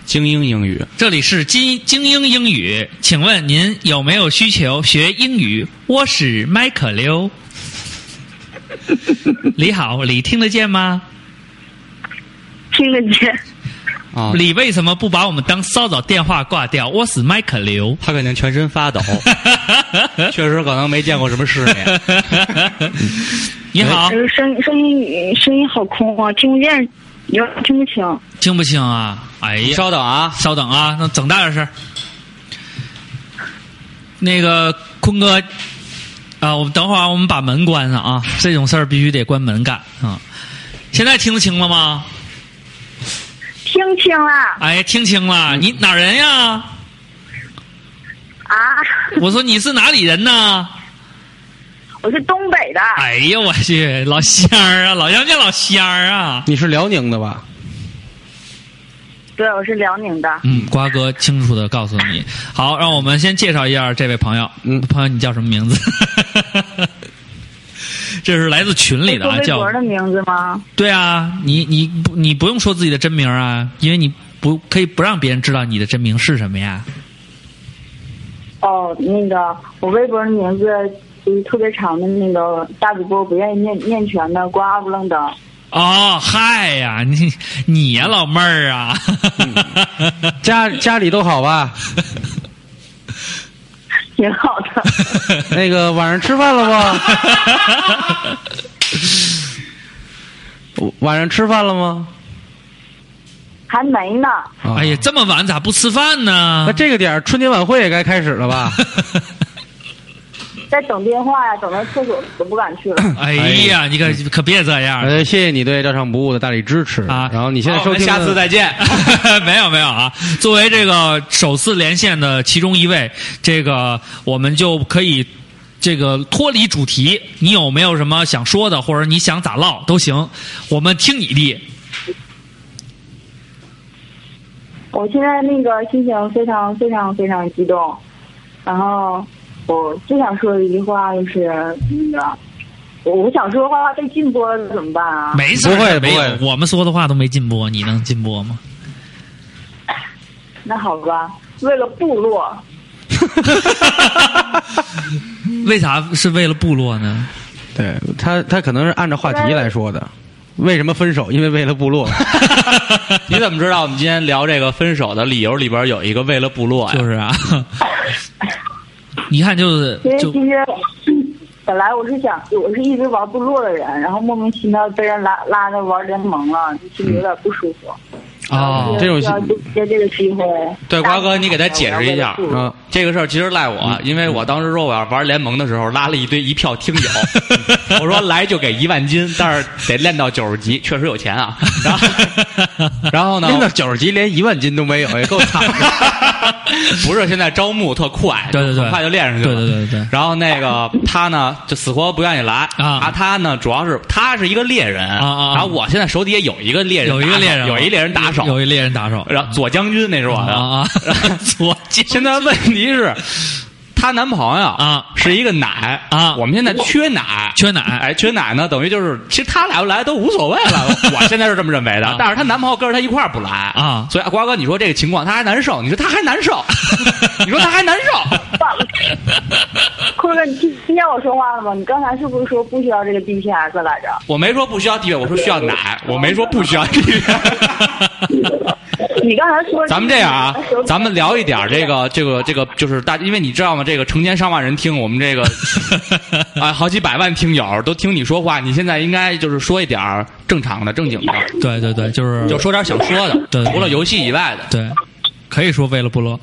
Speaker 5: 精英英语。
Speaker 4: 这里是精精英英语，请问您有没有需求学英语？我是麦克刘。 <laughs> 李好，李听得见吗？
Speaker 8: 听得见。
Speaker 5: 啊，
Speaker 4: 李为什么不把我们当骚扰电话挂掉？我是麦克刘。
Speaker 5: 他肯定全身 <laughs> 发抖，确实可能没见过什么世面。
Speaker 4: 你好，
Speaker 9: 哎
Speaker 8: 呃，声声音声音好空啊，听不见，有点听不清。
Speaker 4: 听不清啊？哎呀，
Speaker 5: 稍等啊，
Speaker 4: 稍等啊，那整大点声儿。那个坤哥，啊，我们等会儿啊我们把门关上啊，这种事儿必须得关门干啊。现在听清了吗？
Speaker 8: 听清啊了
Speaker 4: 哎，听清了，你哪人呀？
Speaker 8: 啊！
Speaker 4: 我说你是哪里人呢？
Speaker 8: 我是东北的，
Speaker 4: 哎呀，我去，老乡儿啊，老乡见老乡儿啊。
Speaker 1: 你是辽宁的吧？
Speaker 8: 对，我是辽宁的，
Speaker 4: 嗯，瓜哥清楚的告诉你。好，让我们先介绍一下这位朋友。
Speaker 1: 嗯
Speaker 4: 朋友，你叫什么名字？ <laughs> 这是来自群里的
Speaker 9: 哎
Speaker 4: 啊，
Speaker 8: 是微
Speaker 4: 叫
Speaker 8: 博的名字吗？
Speaker 4: 对啊，你你不你不用说自己的真名啊，因为你不可以不让别人知道你的真名是什么呀。
Speaker 8: 哦，那个我微博的名字就是特别长的那个大主播不愿意念念全的，光二不愣登。
Speaker 4: 哦，嗨呀、 <laughs> 你你呀、老妹儿啊，
Speaker 1: 家家里都好吧？
Speaker 8: 挺好
Speaker 4: <laughs>
Speaker 8: 的，
Speaker 1: 那个晚上吃饭了不？晚上吃饭了吗？
Speaker 8: 还没呢。
Speaker 1: 啊
Speaker 4: <laughs> 哎呀，，这么晚咋不吃饭呢
Speaker 1: 那？这个点儿春节晚会也该开始了吧？ <laughs>
Speaker 8: 在等电话呀，等到厕所都不敢去了。
Speaker 4: 哎呀，你可可别这样。
Speaker 1: 呃，谢谢你对照常不误的大力支持
Speaker 4: 啊
Speaker 1: 然后你现在
Speaker 5: 好我
Speaker 1: 收
Speaker 5: 们
Speaker 1: 听的，
Speaker 5: 下次再见。
Speaker 4: <laughs> 没有没有啊，作为这个首次连线的其中一位，这个我们就可以这个脱离主题，你有没有什么想说的，或者你想咋唠都行，我们听你的。
Speaker 8: 我现在那个心情非常非常非常激动，然后我最想说的一句话就是那个，我我想说的话被禁播了怎么办啊？
Speaker 4: 没事，
Speaker 1: 不会
Speaker 4: 没有
Speaker 1: 不，会
Speaker 4: 我们说的话都没禁播，你能禁播吗？ <laughs>
Speaker 8: 那好吧，为了部落，
Speaker 4: 为啥是为了部落呢？
Speaker 1: 对他，他可能是按照话题来说的。为什么分手？因为为了部落。 <laughs>
Speaker 5: 你怎么知道我们今天聊这个分手的理由里边有一个为了部落呀？
Speaker 4: 就是
Speaker 1: <laughs>
Speaker 4: 啊，一看就是
Speaker 8: 因为
Speaker 4: 就
Speaker 8: 其实 <clears throat> 本来我是想，我是一直玩部落的人，然后莫名其妙被人拉拉着玩联盟了，心里有点不舒服。
Speaker 4: 哦，
Speaker 1: 这种
Speaker 8: 需要
Speaker 1: 心
Speaker 8: 借这个机会。
Speaker 5: 对瓜哥你给他解释一下
Speaker 8: 我要为了部落
Speaker 4: 嗯
Speaker 1: 啊，
Speaker 5: 这个事儿其实赖我，因为我当时说我要玩联盟的时候，拉了一堆一票听友，
Speaker 4: <laughs>
Speaker 5: 我说来就给一万金，但是得练到九十级，确实有
Speaker 4: <laughs>
Speaker 5: 钱啊。然后，然后呢？
Speaker 1: 练到九十级连一万斤都没有，也够惨的。
Speaker 5: <laughs> 不是现在招募特快，
Speaker 4: 对对对
Speaker 5: 很快就练上去了。
Speaker 4: 对对对对对
Speaker 5: 然后那个他呢，就死活不愿意来
Speaker 4: 啊
Speaker 5: 他呢，主要是他是一个猎人
Speaker 4: 啊啊啊
Speaker 5: 然后我现在手底下有一个猎人打手，
Speaker 4: 有一个猎人，啊
Speaker 5: 有一猎人打手，
Speaker 4: 有一猎人打手，
Speaker 5: 然后左将军那是我
Speaker 4: 啊
Speaker 5: 的
Speaker 4: 啊啊
Speaker 5: 然后
Speaker 4: 左将军
Speaker 5: <laughs> 现在问题是，她男朋友
Speaker 4: 啊
Speaker 5: 是一个奶
Speaker 4: 啊
Speaker 5: 我们现在缺奶，
Speaker 4: 缺奶
Speaker 5: 哎，缺奶呢，等于就是其实他俩不来都无所谓
Speaker 4: <laughs>
Speaker 5: 了，我现在是这么认为
Speaker 4: 啊
Speaker 5: 的。但是她男朋友跟着她一块儿不来
Speaker 4: 啊
Speaker 5: 所以瓜哥，你说这个情况她还难受，你说她还难
Speaker 4: <laughs>
Speaker 5: 受，你说她还难受，
Speaker 8: <laughs> 坤哥，你听听见我说话了吗？你刚才是不是说不需要这个 DPS 来着？
Speaker 5: 我没说不需要地位，我说需要奶，我没说不需要地位。
Speaker 4: <laughs>
Speaker 8: <laughs> 你刚才说
Speaker 5: <laughs> 咱们这样啊，咱们聊一点儿这
Speaker 4: <laughs>
Speaker 5: 个这个这个，就是大，因为你知道吗？这个成千上万人听我们
Speaker 4: <laughs>
Speaker 5: 这个，啊，好几百万听友都听你说话，你现在应该就是说一点儿正常的、正经的，
Speaker 4: 对对对，就是
Speaker 5: 就说点儿想说的，
Speaker 4: 嗯对
Speaker 5: 除了游戏以外的。
Speaker 4: 对，可以说为了部落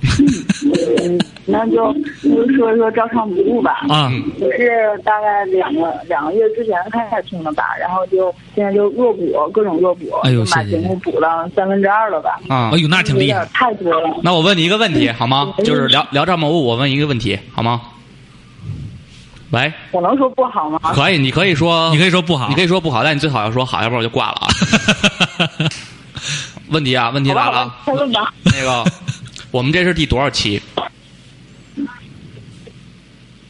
Speaker 8: 嗯那就那就说一说照唱不误吧。
Speaker 4: 啊。
Speaker 8: 我是大概两个两个月之前开始听的吧，然后就现在就恶补各种恶补，
Speaker 4: 哎呦
Speaker 8: 就把
Speaker 4: 谢谢
Speaker 8: 节目补了三分之二了吧，
Speaker 5: 啊
Speaker 4: 哎，呦，那挺厉
Speaker 8: 有
Speaker 4: 害
Speaker 8: 点太多了。
Speaker 5: 那我问你一个问题好吗？就是聊聊这么物，我问一个问题好吗？喂，
Speaker 8: 我能说不好吗？
Speaker 5: 可以，你可以说，
Speaker 4: 你可以说不好，
Speaker 5: 你可以说不好，但你最好要说好，要不然我就挂了
Speaker 4: <laughs>
Speaker 5: 啊。问题啊，问题
Speaker 8: 好吧，
Speaker 5: 来
Speaker 8: 好
Speaker 5: 了
Speaker 8: 吧
Speaker 5: 啊，，
Speaker 8: 快问吧。
Speaker 5: 那个，我们这是第多少期？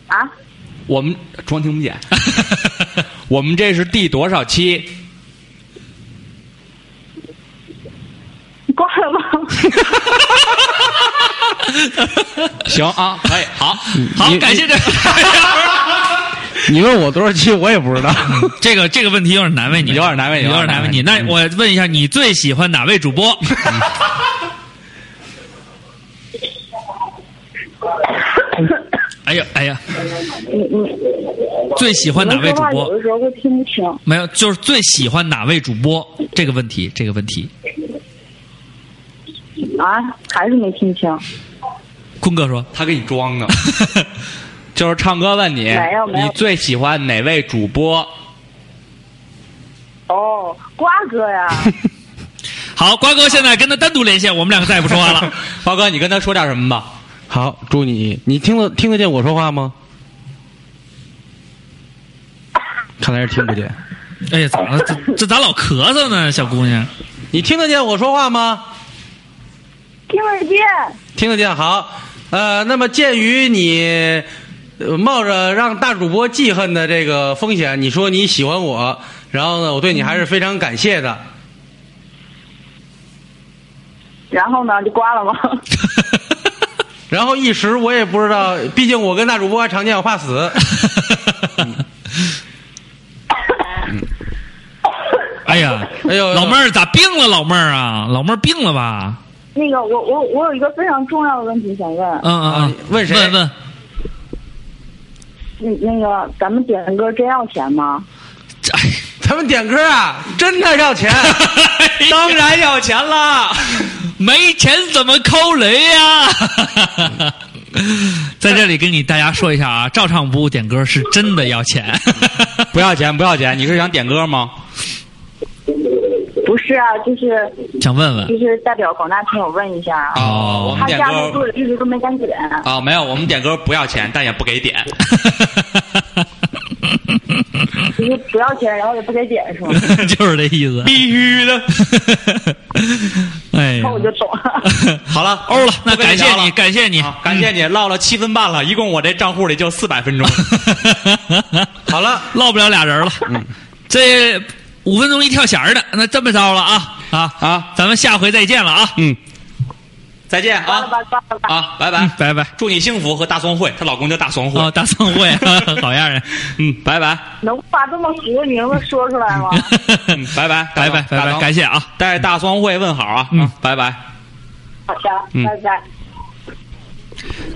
Speaker 8: 啊，
Speaker 5: 我们装听不 <laughs> 见。我们这是第多少期？
Speaker 8: 你挂了吗？
Speaker 5: 行啊，可以，好，好
Speaker 1: 你，
Speaker 4: 感谢这个。
Speaker 1: 你问我多少期，我也不知道。
Speaker 4: 这个这个问题有点难为你，
Speaker 5: 有点难为你
Speaker 4: 有点难为你。那我问一下，你最喜欢哪位主播？哎呀哎呀，
Speaker 8: 你你
Speaker 4: 最喜欢哪
Speaker 8: 们
Speaker 4: 位
Speaker 8: 说
Speaker 4: 主
Speaker 8: 话有
Speaker 4: 播？
Speaker 8: 的时候会听不清。
Speaker 4: 没有，就是最喜欢哪位主播这个问题，这个问题，
Speaker 8: 啊，还是没听清。
Speaker 4: 坤哥说，
Speaker 5: 他给你装呢，就是唱歌问你
Speaker 8: 没有，没有
Speaker 5: 你最喜欢哪位主播？
Speaker 8: 哦，瓜哥呀，
Speaker 4: 好，瓜哥现在跟他单独连线，我们两个再也不说话了。
Speaker 5: 瓜哥，你跟他说点什么吧？
Speaker 1: 好，祝你，你听得听得见我说话吗？看来是听不见。
Speaker 4: 哎呀，怎么了
Speaker 1: <laughs>
Speaker 4: 这这咋老咳嗽呢，小姑娘？
Speaker 1: 你听得见我说话吗？
Speaker 8: 听得见。
Speaker 1: 听得见好，呃，那么鉴于你呃冒着让大主播记恨的这个风险，你说你喜欢我，然后呢，我对你还是非常感谢的。
Speaker 8: 然后呢，就挂了吗？
Speaker 1: 然后一时我也不知道，毕竟我跟大主播还常见，我怕死。 <laughs>
Speaker 5: 嗯
Speaker 4: 哎呀，
Speaker 1: 哎呦，
Speaker 4: 老妹儿咋病了？老妹儿啊，老妹儿病了吧？
Speaker 8: <laughs> 那个，我我我有一个非常重要的问题想问，
Speaker 4: 嗯嗯
Speaker 1: 啊
Speaker 4: 嗯，
Speaker 1: 问谁
Speaker 4: 问问，
Speaker 8: 那那个咱们点歌真要钱吗？
Speaker 4: 这哎
Speaker 1: 咱们点歌啊，真的要
Speaker 5: <laughs>
Speaker 1: 钱，当然要钱啦。
Speaker 4: 没钱怎么抠雷呀、
Speaker 1: <laughs>
Speaker 4: 在这里跟你大家说一下啊，照唱不误点歌是真的要钱。
Speaker 5: 不要钱，不要钱，你是想点歌吗？
Speaker 8: 不是啊，就是
Speaker 4: 想问 <laughs> 问，
Speaker 8: 就是代表广大听友问一下啊，
Speaker 5: 哦，我们
Speaker 8: 他
Speaker 5: 点
Speaker 8: 家那
Speaker 5: 歌
Speaker 8: 作者一直都没敢点。
Speaker 5: 啊、没有，我们点歌不要钱，但也不给点。 <laughs>
Speaker 8: 就是不要钱，然后也不给点是吗？
Speaker 5: 嗯
Speaker 4: 就是这意思， <laughs> 必须的。哎呀
Speaker 8: 那，我就懂了。
Speaker 4: <laughs>
Speaker 5: 好了，
Speaker 4: 欧了，那
Speaker 5: 不跟
Speaker 4: 感谢
Speaker 5: 聊
Speaker 4: 你，
Speaker 5: 了
Speaker 4: 感谢你，
Speaker 5: 啊感谢你，唠了七分半了，一共我这账户里就四百 <laughs> 分钟。
Speaker 4: <laughs>
Speaker 1: 好了，
Speaker 4: 嗯唠不了俩人了。
Speaker 5: 嗯
Speaker 4: 这五分钟一跳弦儿的，那这么着了啊啊
Speaker 5: 啊！
Speaker 4: 咱们下回再见了啊！
Speaker 5: 嗯，再见
Speaker 8: 挂了
Speaker 5: 啊
Speaker 8: 吧，挂了吧。
Speaker 5: 啊，拜拜、
Speaker 4: 嗯拜拜。
Speaker 5: 祝你幸福和大松会，她老公叫大松会。
Speaker 4: 哦，大盛会， <laughs> 好样啊的！
Speaker 5: 嗯，拜 <laughs> 拜，
Speaker 8: 能把这么俗的名字说出
Speaker 5: <laughs>
Speaker 8: 来吗？
Speaker 5: 嗯拜拜，
Speaker 4: 拜拜
Speaker 5: 拜
Speaker 4: 拜拜，感
Speaker 5: 谢，
Speaker 4: 谢啊！
Speaker 5: 带大松会问好啊。
Speaker 4: 嗯
Speaker 5: 啊拜拜。
Speaker 8: 好的，
Speaker 5: 嗯
Speaker 8: 拜拜。
Speaker 4: <laughs>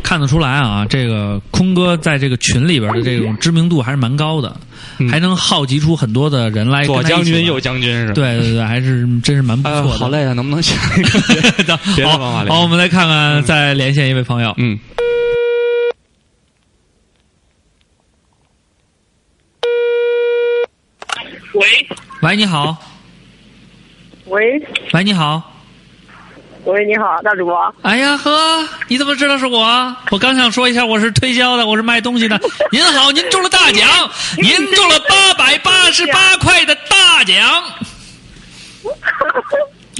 Speaker 4: 看得出来啊，这个坤哥在这个群里边的这种知名度还是蛮高的，
Speaker 5: 嗯
Speaker 4: 还能号集出很多的人来跟
Speaker 5: 左
Speaker 4: 他一起玩。
Speaker 5: 将军，右将军是吧？
Speaker 4: 对对对，还是真是蛮不
Speaker 5: 哎呦，
Speaker 4: 错的。 <laughs>
Speaker 5: 好，累啊，能不能 <laughs> 下一个？别的
Speaker 4: 好，
Speaker 5: 方法联系
Speaker 4: 好，我们来看看，再连线一位朋友。
Speaker 5: 嗯，
Speaker 10: 喂
Speaker 4: 喂，你好，
Speaker 10: 喂
Speaker 4: 喂，你好。
Speaker 10: 喂，你好，大主播。
Speaker 4: 哎呀呵，你怎么知道是我？我刚想说一下，我是推销的，我是卖东 <laughs> 西的。您好，您中了大奖，您中了八百八十八块的大 <laughs> 奖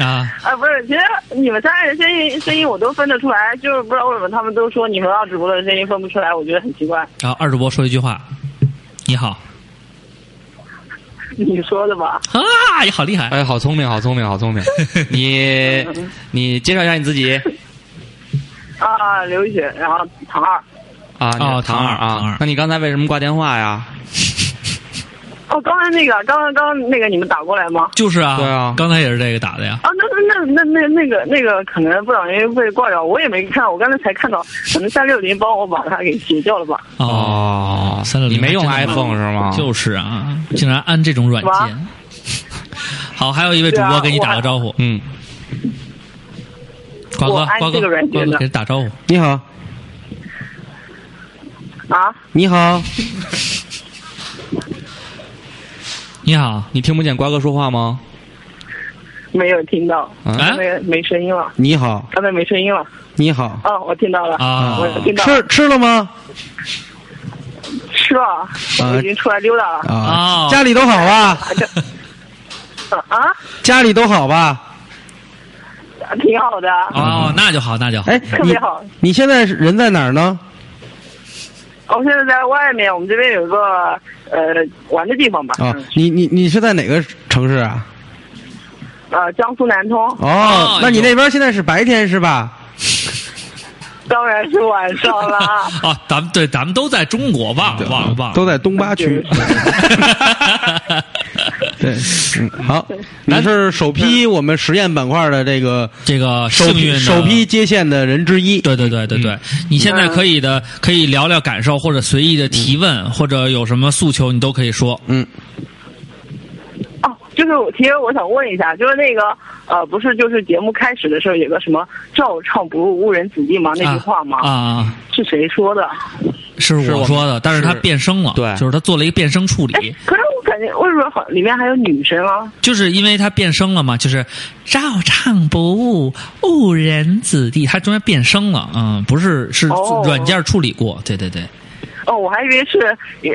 Speaker 4: 啊！
Speaker 10: 啊，不是，其实你们三个人声音声音我都分得出来，就是不知道为什么他们都说你们二主播的声音分不出来，我觉得很奇怪。
Speaker 4: 然后二主播说一句话：“你好
Speaker 10: 你说的吧？
Speaker 4: 啊，你好厉 <laughs> 害
Speaker 5: 哎，好聪明，好聪明，好 <laughs> 聪明。你你介绍一下你自己
Speaker 10: 啊，刘雨雪，然后唐二。
Speaker 5: 啊？你
Speaker 4: 哦
Speaker 5: 是
Speaker 4: 唐
Speaker 5: 唐二
Speaker 4: 二
Speaker 5: 啊，那你刚才为什么挂电话呀？
Speaker 10: 哦，刚才那个，刚刚刚那个你们打过来吗！”？
Speaker 4: 就是
Speaker 10: <laughs>
Speaker 4: 啊，
Speaker 5: 对啊
Speaker 4: 刚才也是这个打的呀。
Speaker 10: 啊，那那那那那那个那个可能不小心被挂掉，我也没看，我刚才才看到，可能三六零帮我把它给截掉了吧？
Speaker 4: 哦，
Speaker 5: 哦
Speaker 4: 三六零
Speaker 5: 你没用
Speaker 4: 还真的
Speaker 5: iPhone 是
Speaker 10: 哦
Speaker 5: 吗？
Speaker 4: 就是啊，竟然安这种软
Speaker 10: 什
Speaker 4: 件。 <laughs> 好，还有一位主
Speaker 10: 啊
Speaker 4: 播给你打个招呼，
Speaker 5: 嗯，
Speaker 4: 瓜
Speaker 10: 我
Speaker 4: 哥，
Speaker 10: 安
Speaker 4: 瓜哥，
Speaker 10: 这个软
Speaker 4: 瓜
Speaker 10: 件
Speaker 4: 哥
Speaker 10: 的
Speaker 4: 给他打招呼。
Speaker 1: 你好，
Speaker 10: 啊，
Speaker 1: 你好，
Speaker 4: 你好，
Speaker 5: 你听不见瓜哥说话吗？
Speaker 10: 没有听到，
Speaker 5: 啊
Speaker 10: 刚
Speaker 4: 哎
Speaker 10: 才没声音了，
Speaker 1: 你好，
Speaker 10: 刚才没声音了。
Speaker 1: 你好，
Speaker 10: 哦，我听到了，
Speaker 4: 啊
Speaker 10: 我听到了。
Speaker 1: 吃吃了吗？
Speaker 10: 吃了，我已经出来溜达了。
Speaker 1: 啊
Speaker 4: 哦，
Speaker 1: 家里都好吧？
Speaker 10: 啊，
Speaker 1: 家里都好吧？
Speaker 10: 挺好的，啊
Speaker 4: 哦，那就好，那就好。
Speaker 1: 哎，
Speaker 10: 特别好。
Speaker 1: 你你现在是人在哪儿呢？
Speaker 10: 我哦现在在外面，我们这边有一个呃玩的地方吧，
Speaker 1: 啊
Speaker 10: 嗯，
Speaker 1: 你你你是在哪个城市啊？
Speaker 10: 呃，江苏南通。
Speaker 1: 哦
Speaker 4: 哦，
Speaker 1: 那你
Speaker 4: 有
Speaker 1: 那边现在是白天是吧？
Speaker 10: 当然是晚上
Speaker 4: <laughs>
Speaker 10: 啦。
Speaker 4: 啊，咱们对，咱们都在中国，忘了忘了忘了。
Speaker 1: 都在东八区。 <laughs> 对，嗯，好，你是首批我们实验板块的这个
Speaker 4: <laughs> 这个
Speaker 1: 首
Speaker 4: 幸运
Speaker 1: 批
Speaker 4: 的
Speaker 1: 首批接线的人之一。
Speaker 4: 对对对对对，你现在可以的，可以聊聊感受，或者随意的提问，或者有什么诉求，你都可以说。
Speaker 1: 嗯，
Speaker 10: 哦，就是我其实我想问一下，就是那个呃，不是就是节目开始的时候有个什么“照唱不误，误人子弟”吗？那句话吗？
Speaker 4: 啊啊，
Speaker 10: 是谁说的？哎
Speaker 4: 是
Speaker 5: 是
Speaker 4: 我
Speaker 5: 我
Speaker 4: 说的，但是他变声了，
Speaker 5: 对
Speaker 4: 就是他做了一个变声处
Speaker 10: 哎
Speaker 4: 理，，
Speaker 10: 可是我感觉为什么好里面还有女生啊？
Speaker 4: 就是因为他变声了嘛，就是照唱不误，误人子弟，他中间变声了，嗯，不是是
Speaker 10: 哦
Speaker 4: 软件处理过，对对对，
Speaker 10: 哦，我还以为是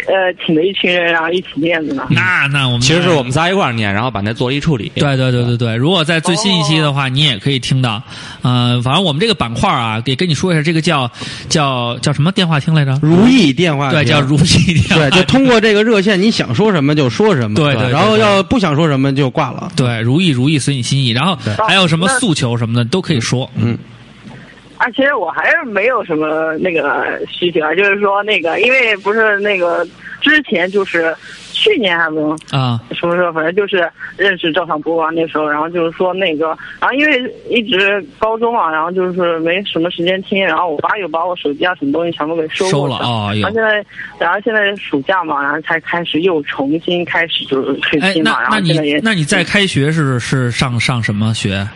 Speaker 10: 呃请了一群人然后一起念的呢。
Speaker 4: 那那我们
Speaker 5: 其实是我们仨一块儿念，然后把那做了一处理。
Speaker 4: 对对对对对，如果在最新一期的话，
Speaker 10: 哦
Speaker 4: 你也可以听到。呃，反正我们这个板块啊，给跟你说一下，这个叫叫叫什么电话听来着？
Speaker 1: 如意电话
Speaker 5: 啊
Speaker 4: 对，
Speaker 1: 亭
Speaker 4: 叫如意电
Speaker 1: 对，
Speaker 4: 话
Speaker 1: 就通过这个热线，你想说什么就说什么，
Speaker 4: 对对对
Speaker 1: 然后
Speaker 4: 对
Speaker 1: 要不想说什么就挂了。
Speaker 4: 对如意如意随你心意。然后还有什么诉求什么的都可以说。
Speaker 1: 嗯
Speaker 10: 而且我还是没有什么那个需求啊，就是说那个，因为不是那个之前就是去年还不
Speaker 4: 啊
Speaker 10: 什么时候，反正就是认识赵尚波啊，那时候，然后就是说那个，然后因为一直高中嘛，然后就是没什么时间听，然后我爸又把我手机啊什么东西全部给收
Speaker 4: 收
Speaker 10: 过
Speaker 4: 了
Speaker 10: 去
Speaker 4: 哦哎呦
Speaker 10: 然后现在，然后现在暑假嘛，然后才开始又重新开始就是去
Speaker 4: 哎，
Speaker 10: 听
Speaker 4: 那
Speaker 10: 嘛，然
Speaker 4: 那
Speaker 10: 后现在
Speaker 4: 你
Speaker 10: 啊也
Speaker 4: 那你在开学是是上上什么学？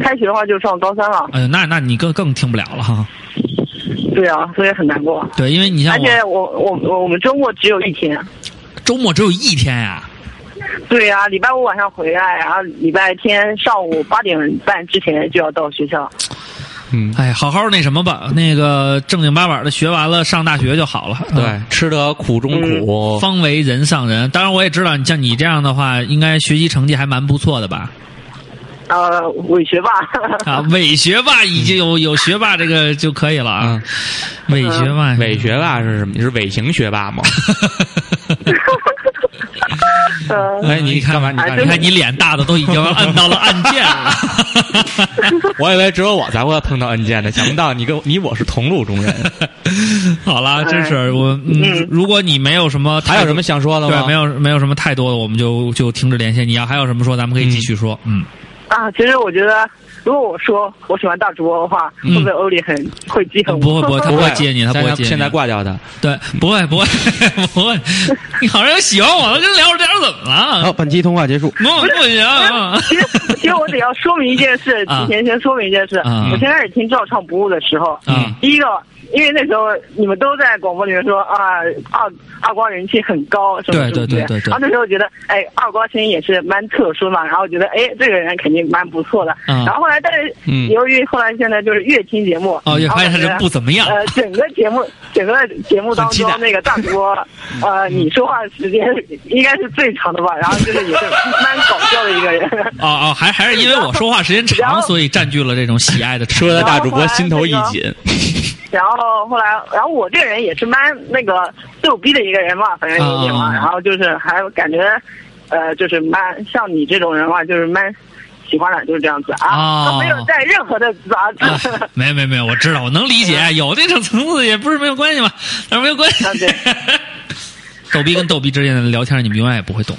Speaker 10: 开学的话就上高三了，
Speaker 4: 哎呦，那那你更更听不了了哈。
Speaker 10: 对啊，所以很难过。
Speaker 4: 对，因为你像
Speaker 10: 而
Speaker 4: 我
Speaker 10: 且我我我我们周末只有一天，
Speaker 4: 周末只有一天呀、
Speaker 10: 对呀、礼拜五晚上回来，然后礼拜天上午八点半之前就要到学校。
Speaker 4: 哎，好好那什么吧，那个正经八百的学完了，上大学就好了。嗯嗯
Speaker 5: 对，吃得苦中苦，
Speaker 4: 方为人上人。当然，我也知道，你像你这样的话，应该学习成绩还蛮不错的
Speaker 5: <laughs>
Speaker 4: 吧？
Speaker 10: 呃，伪学霸。
Speaker 4: 啊，伪学霸已经有有学霸这个就可以了啊，伪学霸，
Speaker 5: 嗯
Speaker 4: <laughs>
Speaker 5: 伪学霸是什么？你是伪型学霸吗？
Speaker 10: <laughs>
Speaker 5: <laughs>
Speaker 10: 呃
Speaker 5: 哎，你干嘛？你干
Speaker 10: 啊
Speaker 5: 嘛
Speaker 10: 真
Speaker 4: 你
Speaker 10: 的
Speaker 4: 看你脸大的都已经按到了按键
Speaker 5: <laughs>
Speaker 4: 了，
Speaker 5: 我以为只有我才会碰到按键的，想不到你跟我你我是同路中人。
Speaker 4: <laughs> 好了，真是我，嗯
Speaker 10: 嗯，
Speaker 4: 如果你没有什么太，
Speaker 5: 还有什么想说的吗？
Speaker 4: 对，没有没有什么太多的，我们就就停止联系。你要还有什么说，咱们可以继续说。嗯，
Speaker 10: 啊，其实我觉得，如果我说我喜欢大主播的话，
Speaker 4: 嗯
Speaker 10: 会不会欧里很会记恨我？ <laughs>
Speaker 4: 不会不会，他
Speaker 5: 不
Speaker 4: 不
Speaker 5: 会
Speaker 4: 会接你，他不
Speaker 5: 哎现
Speaker 4: 会
Speaker 5: 在
Speaker 4: 接你。
Speaker 5: 现在挂掉的。
Speaker 4: 对，不会不会 <laughs> 不会，你好像有喜欢我了，跟聊着聊着怎么了
Speaker 1: 好，？本期通话结束。
Speaker 4: 不不行啊！
Speaker 10: 其实，其实我得要说明一件事，
Speaker 4: 啊
Speaker 10: 提前先说明一件事。
Speaker 4: 啊
Speaker 10: 我先开始听照唱不误的时候，
Speaker 4: 嗯
Speaker 10: 第一个，因为那时候你们都在广播里面说啊，二二瓜人气很高，什么
Speaker 4: 对
Speaker 10: 什么之类的
Speaker 4: 对对对对
Speaker 10: 然后那时候我觉得，哎，二瓜声音也是蛮特殊嘛，然后我觉得，哎，这个人肯定蛮不错的。
Speaker 4: 嗯
Speaker 10: 然后后来，但是、
Speaker 5: 嗯
Speaker 10: 由于后来现在就是越听节目，
Speaker 4: 哦，也
Speaker 10: 然后
Speaker 4: 发现
Speaker 10: 我
Speaker 4: 他
Speaker 10: 觉得
Speaker 4: 人不怎么样。
Speaker 10: 嗯呃，整个节目，整个节目当中
Speaker 5: 很期待
Speaker 10: 那个大主播，
Speaker 4: 嗯
Speaker 10: 呃，你说话时间应该是最长的吧？然后就是也是蛮搞笑的一个人。 <laughs>
Speaker 4: 哦哦，还还是因为我说话时间
Speaker 10: 然
Speaker 4: 长，
Speaker 10: 后
Speaker 4: 所以占据了这种喜爱的车。
Speaker 10: <laughs>
Speaker 5: 说的大主播心头一紧，
Speaker 4: <laughs>
Speaker 10: 然后后来，然后我这个人也是蛮那个逗逼的一个人嘛，反正有点
Speaker 4: 啊
Speaker 10: 嘛。然后就是还感觉，呃，就是蛮像你这种人嘛，就是蛮喜欢的，就是这样子啊。
Speaker 4: 哦
Speaker 10: 没有带任何的杂质。
Speaker 4: 啊没有没有没有，我知道，我能理解，有那种层次也不是没有关
Speaker 10: <laughs>
Speaker 4: 系嘛，但是没有关系
Speaker 10: 啊对。
Speaker 4: <laughs> 逗逼跟逗逼之间的聊天，你们永远也不会懂，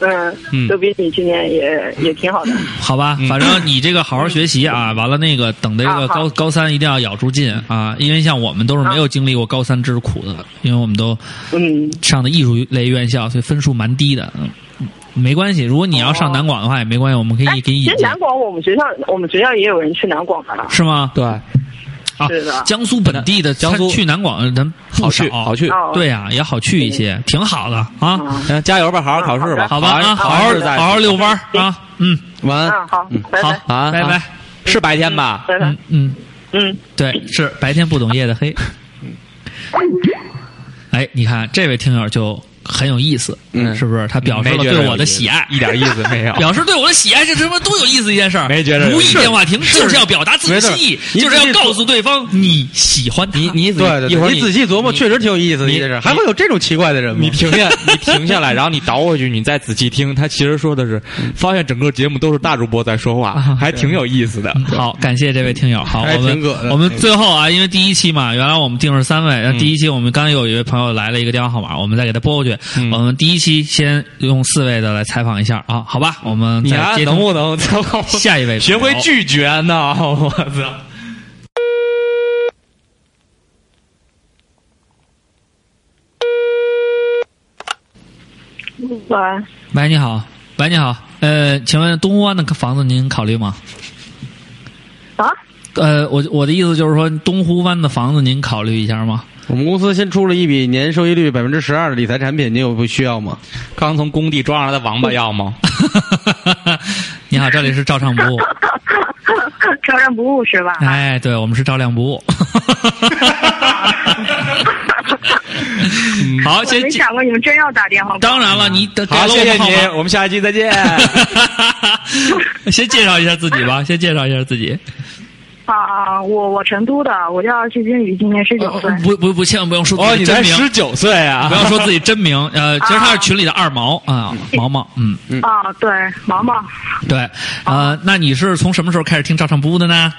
Speaker 5: 嗯
Speaker 10: <laughs> 嗯，逗逼你去年也也挺好的。
Speaker 4: 好吧？反正你这个好好学习啊，完了那个等这个
Speaker 10: 嗯啊好
Speaker 4: 高高三一定要咬住劲啊，因为像我们都是没有经历过高三之苦的，因为我们都
Speaker 10: 嗯，
Speaker 4: 上的艺术类院校，所以分数蛮低的。嗯，没关系，如果你要上南广的话也没关系，我们可
Speaker 10: 哎，
Speaker 4: 以给你
Speaker 10: 其
Speaker 4: 引
Speaker 10: 实
Speaker 4: 荐
Speaker 10: 南，广我们学校，我们学校也有人去南广的了。
Speaker 4: 是吗？
Speaker 5: 对，
Speaker 4: 啊
Speaker 10: 是的，
Speaker 4: 江苏本地的，
Speaker 5: 江苏
Speaker 4: 他去南广咱不
Speaker 5: 好
Speaker 4: 少
Speaker 5: 去，好去。
Speaker 10: 哦
Speaker 4: 对啊呀、也好去一些，挺好的啊。
Speaker 10: 嗯
Speaker 5: 嗯，加油吧，好好考试吧，
Speaker 4: 好吧啊，好
Speaker 5: 好
Speaker 4: 好
Speaker 5: 日子再
Speaker 4: 好好遛弯儿啊，嗯，
Speaker 1: 晚安。
Speaker 10: 嗯，好，拜
Speaker 4: 好
Speaker 10: 拜，，
Speaker 5: 啊
Speaker 4: 拜拜
Speaker 5: 啊，是白天吧？
Speaker 10: 拜拜
Speaker 4: 嗯，嗯，
Speaker 10: 嗯。
Speaker 4: 对，是白天不懂夜的黑。哎，你看这位听友就很有意思，
Speaker 5: 嗯
Speaker 4: 是不是？他表示了
Speaker 5: 没觉得
Speaker 4: 对
Speaker 5: 有
Speaker 4: 我
Speaker 5: 意
Speaker 4: 的
Speaker 5: 思
Speaker 4: 喜爱，
Speaker 5: 一点意思没有。
Speaker 4: 表示对我的喜爱，这他妈多有意思一件事儿！
Speaker 5: 没觉得有
Speaker 4: 无
Speaker 5: 意
Speaker 4: 意
Speaker 5: 思
Speaker 4: 电话亭就是要表达自己的
Speaker 1: 没错
Speaker 4: 心意，
Speaker 1: 你
Speaker 4: 就是
Speaker 1: 自己
Speaker 4: 要告
Speaker 1: 琢
Speaker 4: 诉对方你喜欢他。
Speaker 5: 你你仔细
Speaker 1: 对对，
Speaker 5: 一会儿
Speaker 1: 你仔细琢磨，
Speaker 5: 你
Speaker 1: 确实挺有意思的
Speaker 5: 你
Speaker 1: 一件事。还会有这种奇怪的人吗？
Speaker 5: 你停下，你停下来，然后你倒回去，你再仔细听，他其实说的是，发现整个节目都是大主播在说话，还挺有意思 <laughs> 的。
Speaker 4: 好，感谢这位听友。好，
Speaker 1: 还
Speaker 4: 我们
Speaker 1: 挺葛的
Speaker 4: 我们最后啊，因为第一期嘛，原来我们定是三位，那第一期我们刚有一位朋友来了一个电话号码，我们再给他拨过去。我们第一期先用四位的来采访一下啊，好吧？我们
Speaker 5: 你
Speaker 4: 再
Speaker 5: 啊，
Speaker 4: 接
Speaker 5: 能
Speaker 4: 通
Speaker 5: 不 <laughs> 能
Speaker 4: 下一位朋友，
Speaker 5: 学会拒绝呢？ <laughs> 我操！
Speaker 9: 喂，
Speaker 4: 喂，你好，喂，你好，呃，请问东湖湾的房子您考虑吗？
Speaker 9: 啊， <laughs>
Speaker 4: 呃，我我的意思就是说，东湖湾的房子您考虑一下吗？ <laughs>
Speaker 1: 我们公司新出了一笔年收益率百分之十二的理财产品，你有不需要吗？
Speaker 5: 刚从工地抓上来的王八要吗？
Speaker 4: 你好，这里是照唱不误。
Speaker 9: 照常不误是吧？
Speaker 4: 哎，对，我们是照亮不误。 <laughs> 好，
Speaker 9: 我
Speaker 4: 先
Speaker 9: 没
Speaker 4: 进。
Speaker 9: 想过你们真要打电话。
Speaker 4: 当然了，你得给了
Speaker 5: <laughs> 好，
Speaker 4: 我
Speaker 5: 谢谢
Speaker 4: 们号
Speaker 5: 你，
Speaker 4: 码。
Speaker 5: 我们下一期再 <laughs> 见。
Speaker 4: <laughs> 先介绍一下自己吧，先介绍一下自己。
Speaker 9: 啊，我我成都的，我叫徐金宇，今年十九岁。
Speaker 4: 不不不，千万不用说
Speaker 5: 哦，
Speaker 4: 自
Speaker 5: 你
Speaker 4: 己
Speaker 5: 才
Speaker 4: 真名，
Speaker 5: 十九岁啊 <laughs>
Speaker 4: 不！要说自己真名。呃，其实他是群里的二毛啊，毛毛。嗯，
Speaker 9: 啊，对，毛毛
Speaker 4: 对。呃，那你是从什么时候开始听照唱不误的呢？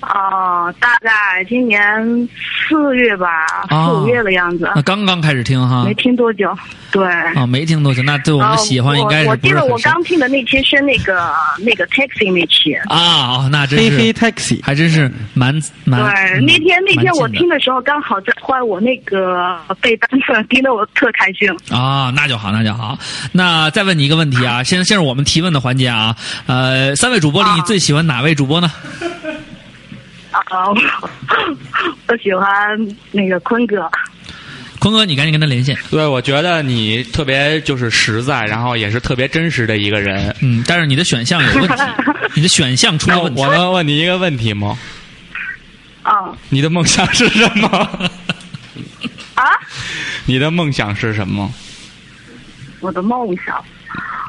Speaker 9: 啊，大概今年四月吧，
Speaker 4: 啊
Speaker 9: 四五月的样子，
Speaker 4: 那刚刚开始听哈
Speaker 9: 没。听多久。对，
Speaker 4: 啊，没听多久，那对我
Speaker 9: 我
Speaker 4: 们的喜欢应该
Speaker 9: 我
Speaker 4: 是
Speaker 9: 我
Speaker 4: 不
Speaker 9: 记
Speaker 4: 是
Speaker 9: 得我
Speaker 4: 很深
Speaker 9: 刚听的那期是那个那个 taxi 那期。
Speaker 4: 啊？哦，那真
Speaker 1: 嘿嘿
Speaker 4: 是，
Speaker 1: taxi，
Speaker 4: 还真是蛮蛮。
Speaker 9: 嗯对，
Speaker 4: 嗯
Speaker 9: 那天那天
Speaker 4: 蛮
Speaker 9: 我
Speaker 4: 近的
Speaker 9: 听的时候，刚好在换我那个被单子，听得我特开心。
Speaker 4: 啊，那就好，那就好。那再问你一个问题啊，现在现在是我们提问的环节啊。呃，三位主播里
Speaker 9: 啊
Speaker 4: 你最喜欢哪位主播呢？
Speaker 9: 啊，我我喜欢那个坤哥。
Speaker 4: 坤哥，你赶紧跟他连线。
Speaker 5: 对，我觉得你特别就是实在，然后也是特别真实的一个人。
Speaker 4: 嗯，但是你的选项有问
Speaker 9: <laughs>
Speaker 4: 题，你的选项出
Speaker 5: 那
Speaker 4: 了
Speaker 5: 我
Speaker 4: 问题。
Speaker 5: 能问你一个问题吗？
Speaker 9: 啊
Speaker 5: 你的梦想是什
Speaker 4: <laughs>
Speaker 5: 么？
Speaker 9: 啊！
Speaker 5: 你的梦想是什么？
Speaker 9: 我的梦想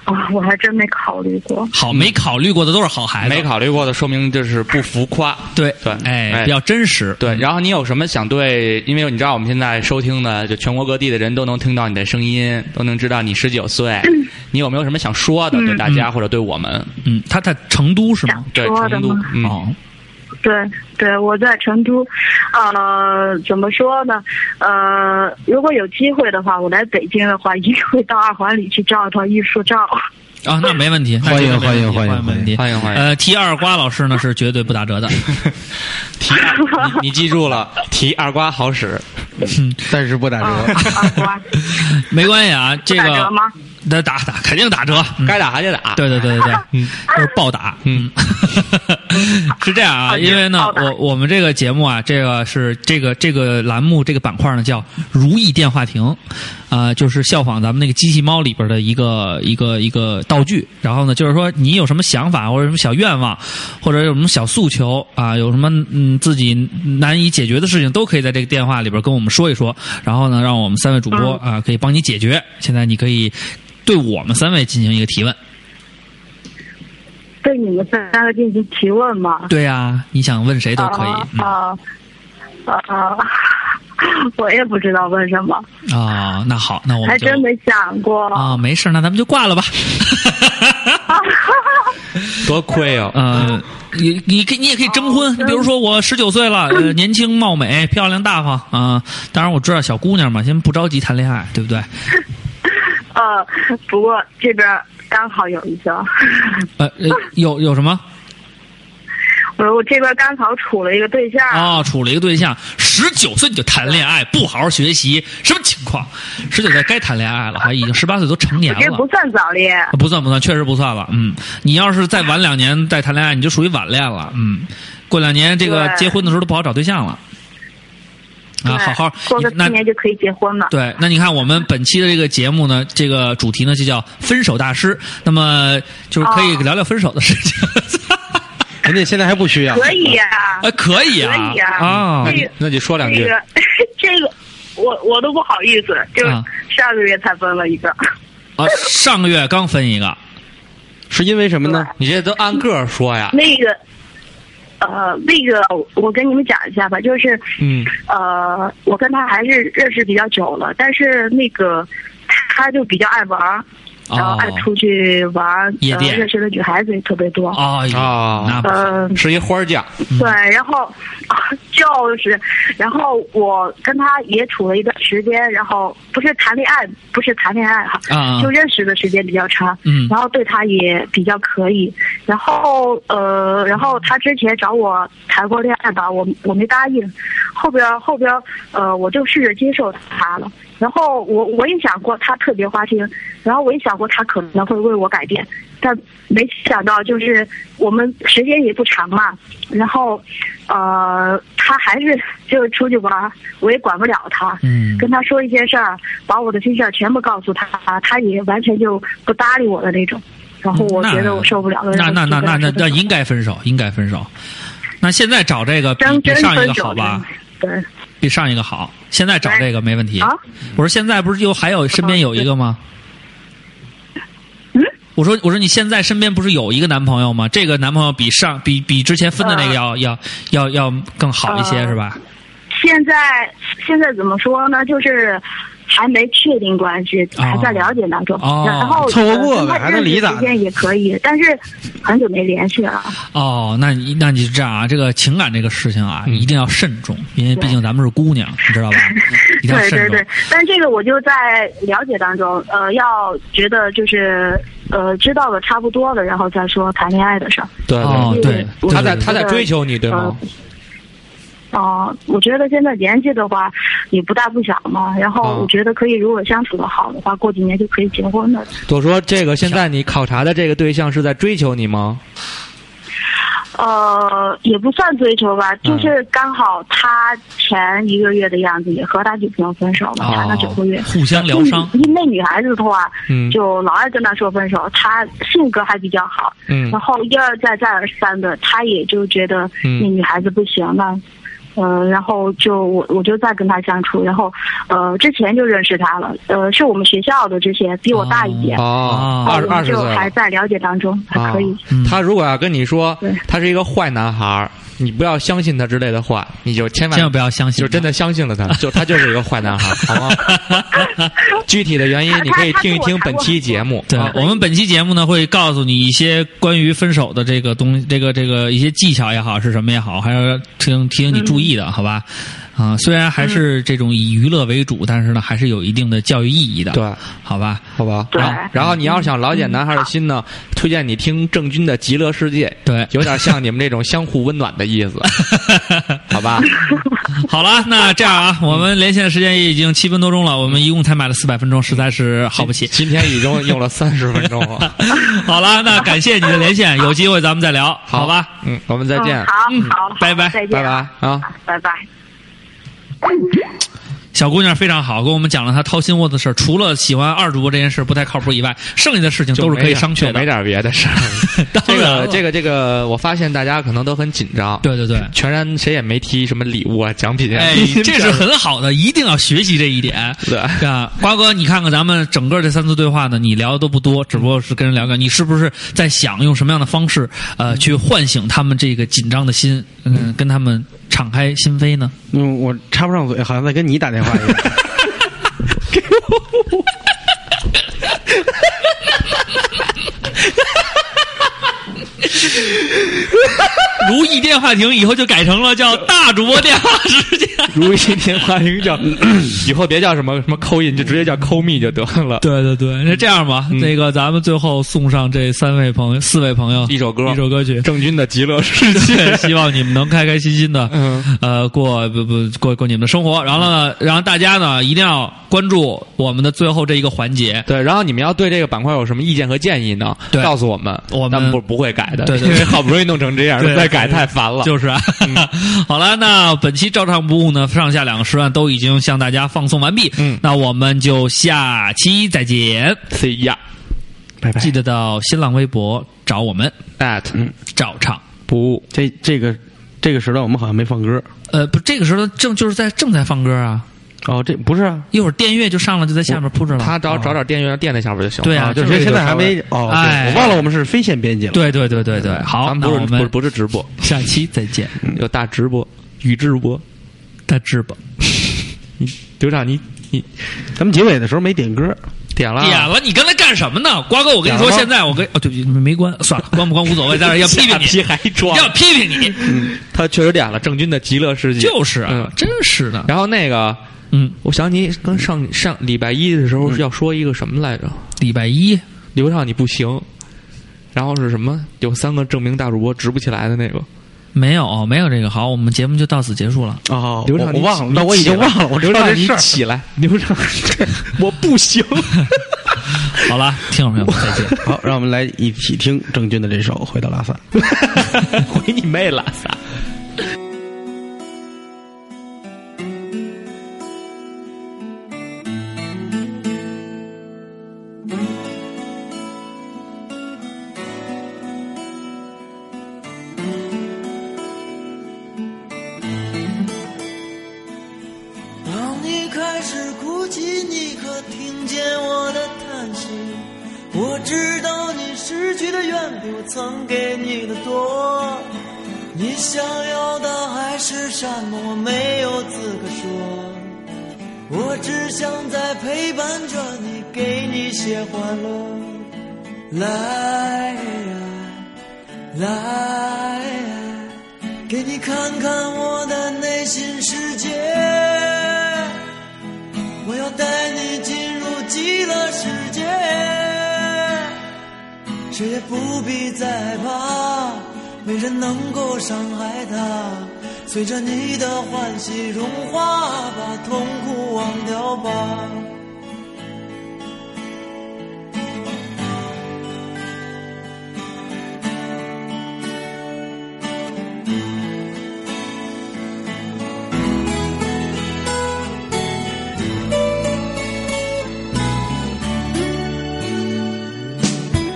Speaker 9: 啊，我还真没考虑过。
Speaker 4: 好，没考虑过的都是好孩子。
Speaker 5: 没考虑过的，说明就是不浮夸。
Speaker 4: 对
Speaker 5: 对
Speaker 4: 哎，
Speaker 5: 哎
Speaker 4: 比较真实。
Speaker 5: 对，然后你有什么想对？因为你知道我们现在收听的，就全国各地的人都能听到你的声音，都能知道你十九岁。你有没有什么想说的？对大家或者对我们？
Speaker 4: 嗯，他在成都是吗？
Speaker 5: 对
Speaker 9: 说的
Speaker 5: 成都
Speaker 9: 吗，
Speaker 5: 嗯，
Speaker 4: 哦，
Speaker 9: 对对，我在成都，呃，怎么说呢？呃，如果有机会的话，我来北京的话，一定会到二环里去照一套艺术照。 <laughs>
Speaker 4: 啊，那没问题，那
Speaker 1: 欢迎
Speaker 4: 绝对没问题
Speaker 1: 欢迎欢迎
Speaker 4: 没问题，
Speaker 5: 欢迎欢迎
Speaker 4: 呃，T 二瓜老师呢是绝对不打折
Speaker 9: <laughs>
Speaker 4: 的。
Speaker 5: 提二，你你记住了，提二瓜
Speaker 4: <laughs>
Speaker 5: 好使。
Speaker 1: 但是不打
Speaker 9: 啊
Speaker 1: 折。
Speaker 9: 二环，
Speaker 4: 没关系啊，这
Speaker 9: 不
Speaker 4: 个
Speaker 9: 打折吗？
Speaker 4: 那打打肯定打折，
Speaker 9: <laughs>
Speaker 4: 嗯
Speaker 5: 该打还得打。
Speaker 4: 对对对对对，嗯，就是暴打，嗯， <laughs> 是这样啊，
Speaker 9: 好
Speaker 4: 因为呢
Speaker 9: 暴，打
Speaker 4: 我我们这个节目啊，这个是这个这个栏目这个板块呢叫“如意电话亭”，啊、就是效仿咱们那个机器猫里边的一个一个一个道具。然后呢，就是说你有什么想法或者什么小愿望，或者有什么小诉求啊，有什么嗯自己难以解决的事情，都可以在这个电话里边跟我们说一说。然后呢，让我们三位主播
Speaker 9: 嗯
Speaker 4: 啊可以帮你解决。现在你可以对我们三位进行一个提问。
Speaker 9: 对你们三个进行提问吗？
Speaker 4: 对呀、你想问谁都可以嗯
Speaker 9: 啊啊啊！ <laughs> 我也不知道问什么，
Speaker 4: 啊、那好，那我
Speaker 9: 还
Speaker 4: 们就
Speaker 9: 真没想过。 <laughs>
Speaker 4: 啊、没事儿，那咱们就挂了吧。 <laughs>
Speaker 5: 多亏哦。
Speaker 4: 呃，你你可以你也可以征婚，比如说我十九岁了，呃，年轻貌美，漂亮大方啊、当然我知道小姑娘嘛，先不着急谈恋爱，对不对？
Speaker 9: 呃，不过这边刚好有一个，
Speaker 4: 呃，呃有有什么？
Speaker 9: 我说我这边刚好处了一个对象。
Speaker 4: 啊、处了一个对象，十九岁你就谈恋爱，不好好学习，什么情况？十九岁该谈恋爱了，还已经十八岁都成年
Speaker 9: 我这
Speaker 4: 了
Speaker 9: 不。算早恋，
Speaker 4: 啊不算不算，确实不算了。嗯，你要是再晚两年再谈恋爱，你就属于晚恋了。嗯，过两年这个
Speaker 9: 对
Speaker 4: 结婚的时候都不好找对象了。啊，
Speaker 9: 对
Speaker 4: 好好，
Speaker 9: 过个
Speaker 4: 你
Speaker 9: 四
Speaker 4: 那
Speaker 9: 年就可以结婚了。
Speaker 4: 对，那你看我们本期的这个节目呢，这个主题呢就叫分手大师。那么就是可以
Speaker 9: 哦
Speaker 4: 聊聊分手的事情。 <laughs>
Speaker 1: 人家现在还不需要。
Speaker 9: 可以呀、
Speaker 4: 啊，可以啊，
Speaker 9: 可以啊
Speaker 4: 啊
Speaker 5: 那你那你说两
Speaker 9: <laughs> 这
Speaker 5: 句。
Speaker 9: 个这个，我我都不好意思，就是、
Speaker 4: 啊
Speaker 9: 上个月才分了一个，
Speaker 4: 啊，上个月刚分一个，
Speaker 1: 是因为什么呢？
Speaker 5: 你这都按个儿说呀？
Speaker 9: 那个，呃，那个我跟你们讲一下吧，就是，
Speaker 5: 嗯，
Speaker 9: 呃，我跟他还是认识比较久了，但是那个他就比较爱玩儿，然后
Speaker 5: 哦
Speaker 9: 爱出去玩儿，
Speaker 4: 夜
Speaker 9: 呃
Speaker 4: 店
Speaker 9: 认识的女孩子也特别多。
Speaker 4: 哎呦，
Speaker 5: 哦
Speaker 4: 那不
Speaker 9: 嗯、
Speaker 5: 是一花儿匠，
Speaker 9: 对，然后、啊就是，然后我跟他也处了一段时间，然后不是谈恋爱，不是谈恋爱哈，
Speaker 4: 啊啊
Speaker 9: 就认识的时间比较长，
Speaker 4: 嗯
Speaker 9: 然后对他也比较可以，然后呃，然后他之前找我谈过恋爱吧，我我没答应，后边儿后边儿呃，我就试着接受他了，然后我我也想过他特别花心，然后我也想过他可能会为我改变，但没想到就是我们时间也不长嘛，然后呃，他还是就是出去玩儿，我也管不了他，
Speaker 4: 嗯
Speaker 9: 跟他说一些事儿，把我的心事儿全部告诉他，他也完全就不搭理我的那种。然后我觉得我受不了了，
Speaker 4: 嗯那
Speaker 9: 然
Speaker 4: 那那
Speaker 9: 后就跟他
Speaker 4: 那那
Speaker 9: 说
Speaker 4: 那应该分手，应该分手。那现在找这个比
Speaker 9: 真
Speaker 4: 比
Speaker 9: 真
Speaker 4: 上一
Speaker 9: 分
Speaker 4: 个
Speaker 9: 手
Speaker 4: 好吧？？
Speaker 9: 对
Speaker 4: 比上一个好，现在找这个没问题。
Speaker 9: 啊，
Speaker 4: 我说现在不是又还有身边有一个吗？
Speaker 9: 嗯，
Speaker 4: 我说我说你现在身边不是有一个男朋友吗？这个男朋友比上比比之前分的那个要、要要要更好一些、
Speaker 9: 啊
Speaker 4: 是吧？
Speaker 9: 现在现在怎么说呢？就是还没确定关系，
Speaker 4: 哦
Speaker 9: 还在了解当中。
Speaker 4: 哦
Speaker 9: 然后
Speaker 1: 凑合过呗
Speaker 9: 呃跟他
Speaker 1: 还能离咋的
Speaker 9: 认识时间也可以，但是很久没联系了。
Speaker 4: 哦，那你那你是这样啊，这个情感这个事情啊，一定要慎重，因为毕竟咱们是姑娘，你
Speaker 9: <laughs>
Speaker 4: 知道吧？一定要
Speaker 9: 对
Speaker 4: 慎
Speaker 9: 对
Speaker 4: 重
Speaker 9: 对。，但这个我就在了解当中，呃，要觉得就是呃知道的差不多了，然后再说谈恋爱的事儿。
Speaker 5: 对
Speaker 4: 哦，
Speaker 5: 对，
Speaker 4: 对，
Speaker 9: 我
Speaker 5: 他
Speaker 4: 对
Speaker 5: 在
Speaker 4: 对
Speaker 5: 他在追求你，对
Speaker 9: 啊
Speaker 5: 吗？
Speaker 9: 哦、我觉得现在年纪的话也不大不小嘛，然
Speaker 4: 啊
Speaker 9: 后
Speaker 5: 哦
Speaker 9: 我觉得可以，如果相处的好的话，过几年就可以结婚了。
Speaker 5: 我说这个现在你考察的这个对象是在追求你吗？
Speaker 9: 呃，也不算追求吧，就是刚好他前一个月的样子也和他女朋友分手了，
Speaker 5: 哦
Speaker 9: 谈了九个月。嗯
Speaker 4: 互相啊疗伤。
Speaker 9: 因为那女孩子的话，
Speaker 5: 嗯
Speaker 9: 就老爱跟他说分手，他性格还比较好，
Speaker 5: 嗯
Speaker 9: 然后一而再再而三的，他也就觉得
Speaker 5: 嗯
Speaker 9: 那女孩子不行了，呃，然后就我我就再跟他相处，然后呃之前就认识他了，呃是我们学校的，之前比我大一点，
Speaker 5: 哦，
Speaker 9: 然后
Speaker 5: 二
Speaker 9: 我
Speaker 5: 二
Speaker 9: 们
Speaker 5: 十
Speaker 9: 嗯就
Speaker 5: 岁了
Speaker 9: 还在了解当中，还
Speaker 5: 啊
Speaker 9: 可以。
Speaker 4: 嗯
Speaker 5: 他如果要跟你说
Speaker 9: 对
Speaker 5: 他是一个坏男孩儿，你不要相信他之类的话，你就千万
Speaker 4: 千万不要相信
Speaker 5: 就
Speaker 4: 他，
Speaker 5: 真的相信了 <laughs> 他，就他就是一个坏男孩儿，好 <laughs> 吗？具体的原因你可以听一听本期节目。
Speaker 4: 对，
Speaker 5: 啊
Speaker 4: 我们本期节目呢会告诉你一些关于分手的这个东这个这个一些技巧也好是什么也好，还有提醒提醒你注意
Speaker 5: 嗯
Speaker 4: 的，好吧？啊，虽然还是这种以娱乐为主，但是呢还是有一定的教育意义的，
Speaker 5: 对，
Speaker 4: 好吧？
Speaker 5: 好吧。
Speaker 9: 对
Speaker 5: 然后然后你要是想了解男孩儿的心呢，推荐你听郑钧的《极乐世界》，
Speaker 4: 对， <laughs>
Speaker 5: 有点像你们这种相互温暖的意思，好吧？
Speaker 4: 好了，那这样啊，我们连线的时间也已经七分多钟了，我们一共才买了四百分钟，实在是耗不起。
Speaker 5: 今天已经用了三十分钟
Speaker 4: <laughs>
Speaker 5: 了，
Speaker 4: 好了，那感谢你的连线，有机会咱们再聊，好吧？
Speaker 5: 嗯，我们再见，
Speaker 9: 嗯，好
Speaker 4: 嗯，
Speaker 9: 好，好
Speaker 4: 拜拜
Speaker 9: 再
Speaker 5: 拜拜
Speaker 9: 见啊，
Speaker 5: 啊！
Speaker 9: 拜拜。
Speaker 4: 小姑娘非常好，跟我们讲了她掏心窝子的事儿。除了喜欢二主播这件事不太靠谱以外，剩下的事情
Speaker 5: 就
Speaker 4: 都是可
Speaker 5: 没
Speaker 4: 以
Speaker 5: 点
Speaker 4: 商榷
Speaker 5: 就没
Speaker 4: 的。
Speaker 5: 点儿别
Speaker 4: <laughs>。
Speaker 5: 的事儿
Speaker 4: 当
Speaker 5: 这
Speaker 4: 然了
Speaker 5: 个这个这个，我发现大家可能都很紧张，，
Speaker 4: 对对对，
Speaker 5: 全然谁也没提什么礼物啊、奖品啊， <laughs>
Speaker 4: 哎，这是很好的，一定要学习这一点。
Speaker 5: 对
Speaker 4: 啊，瓜哥，你看看咱们整个这三次对话呢，你聊的都不多，只不过是跟人聊聊，你是不是在想用什么样的方式，呃，去唤醒他们这个紧张的心，嗯，跟他们敞开心扉呢？
Speaker 1: 嗯，我插不上嘴，好像在跟你打电话一样。
Speaker 4: 如意电话亭以后就改成了叫大主播电话时间。
Speaker 5: 如意电话亭
Speaker 4: <laughs>
Speaker 5: 叫，以后别叫什么什么扣印，就直接叫扣密就得了。
Speaker 4: 对对对，那这样吧，
Speaker 5: 嗯
Speaker 4: 那个咱们最后送上这三位朋友、四位朋友
Speaker 5: 一首歌
Speaker 4: 一首歌
Speaker 5: <laughs>
Speaker 4: 曲。
Speaker 5: 郑钧的《极乐世界
Speaker 4: 对，》
Speaker 5: <laughs>
Speaker 4: 希望你们能开开心心的，
Speaker 5: 嗯
Speaker 4: 呃，过不不过过你们的生活。然后呢，然后大家呢一定要关注我们的最后这一个环节，
Speaker 5: 对，然后你们要对这个板块有什么意见和建议呢？
Speaker 4: 对
Speaker 5: 告诉我们，
Speaker 4: 我们
Speaker 5: 咱不不会改的，
Speaker 4: 对对对
Speaker 5: 因为好不容易弄成这样
Speaker 4: 对，
Speaker 5: 再改太烦了。
Speaker 4: 就是啊。
Speaker 5: 嗯
Speaker 4: <laughs> 好了，那本期照唱不误呢，上下两个时段都已经向大家放送完毕。
Speaker 5: 嗯
Speaker 4: 那我们就下期再见，
Speaker 5: C 呀
Speaker 1: <laughs> 拜拜
Speaker 4: 记。得到新浪微博找我们
Speaker 5: at
Speaker 4: 照唱。
Speaker 5: 嗯不误
Speaker 1: 这这个这个时段我们好像没放歌，
Speaker 4: 呃，不，这个时候正就是在正在放歌啊。
Speaker 1: 哦，这不是啊，
Speaker 4: 一会儿电乐就上了，就在下面铺着了。啊
Speaker 5: 他找找点电源垫在下边就行了。
Speaker 4: 对
Speaker 1: 啊，
Speaker 4: 啊，
Speaker 1: 就
Speaker 4: 这
Speaker 1: 是
Speaker 4: 个
Speaker 1: 现在还
Speaker 4: 稍微
Speaker 1: 没哦，对
Speaker 4: 哎
Speaker 1: 我忘了我们是非线边界了。
Speaker 4: 对对对对对，好，
Speaker 5: 嗯咱
Speaker 4: 那
Speaker 5: 不
Speaker 4: 我
Speaker 5: 是不是
Speaker 4: 们嗯
Speaker 5: 不是直播，
Speaker 4: 下期再见，
Speaker 5: 有大直播、宇智播。
Speaker 4: 大致吧，
Speaker 5: 队长，你你
Speaker 1: 咱们结尾的时候没点歌，
Speaker 5: 点了啊
Speaker 4: 点了，你刚才干什么呢？瓜哥，我跟你
Speaker 1: 点了
Speaker 4: 说，
Speaker 1: 吗
Speaker 4: 现在我跟哦，对不起，没关，算了，关不关无
Speaker 5: <laughs>
Speaker 4: 所谓，但是要批评
Speaker 5: 皮
Speaker 4: 你，
Speaker 5: 还装，
Speaker 4: 要批评你，
Speaker 5: 他确实点了郑钧的《极乐世界》。
Speaker 4: 就是啊
Speaker 5: 嗯，
Speaker 4: 真是的，
Speaker 5: 然后那个，
Speaker 4: 嗯，
Speaker 5: 我想起跟上上礼拜一的时候要说一个什么来着？
Speaker 4: 礼拜一
Speaker 5: 刘畅你不行，然后是什么？有三个证明大主播直不起来的那个。
Speaker 4: 没有哦没有这个，好，我们节目就到此结束了。
Speaker 1: 哦，
Speaker 5: 刘畅
Speaker 1: 我
Speaker 5: 你
Speaker 1: 我忘了，
Speaker 5: 起
Speaker 1: 那我已经
Speaker 5: 你起来
Speaker 1: 忘了，我知
Speaker 5: 刘
Speaker 1: 道
Speaker 5: 畅
Speaker 1: 这
Speaker 5: 你
Speaker 1: 事儿。
Speaker 5: 起来，刘畅，
Speaker 1: <laughs>
Speaker 5: 我不行。
Speaker 4: 好了，听众朋友们再见。
Speaker 1: 好，让我们来一起听郑钧的这首《回到拉萨》。
Speaker 5: 回你妹了，撒！
Speaker 11: 当你开始哭泣，你可听见我的叹息？我知道你失去的远比我曾给你的多。你想要的海誓山盟，我没有资格说。我只想在陪伴着你，给你些欢乐。来呀、来呀、给你看看我的内心世界。我要带你进入极乐世界，谁也不必再害怕，没人能够伤害它。随着你的欢喜融化，把痛苦忘掉吧。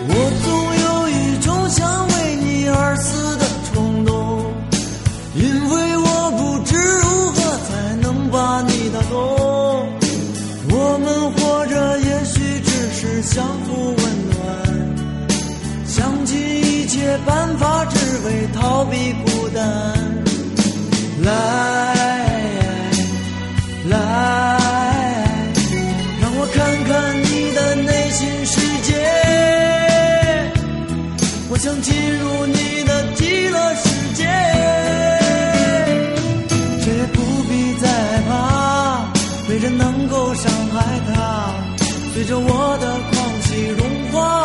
Speaker 11: 我总有一种想为你而死的冲动，因为我不知如何才能把你打动。我们活着也许只是相互温暖，想尽一切办法只为逃避孤单。来，来。让我看看你的内心世界。我想进入你的极乐世界，谁也不必再害怕，没人能够伤害它。随着我的狂喜融化，
Speaker 6: Oh,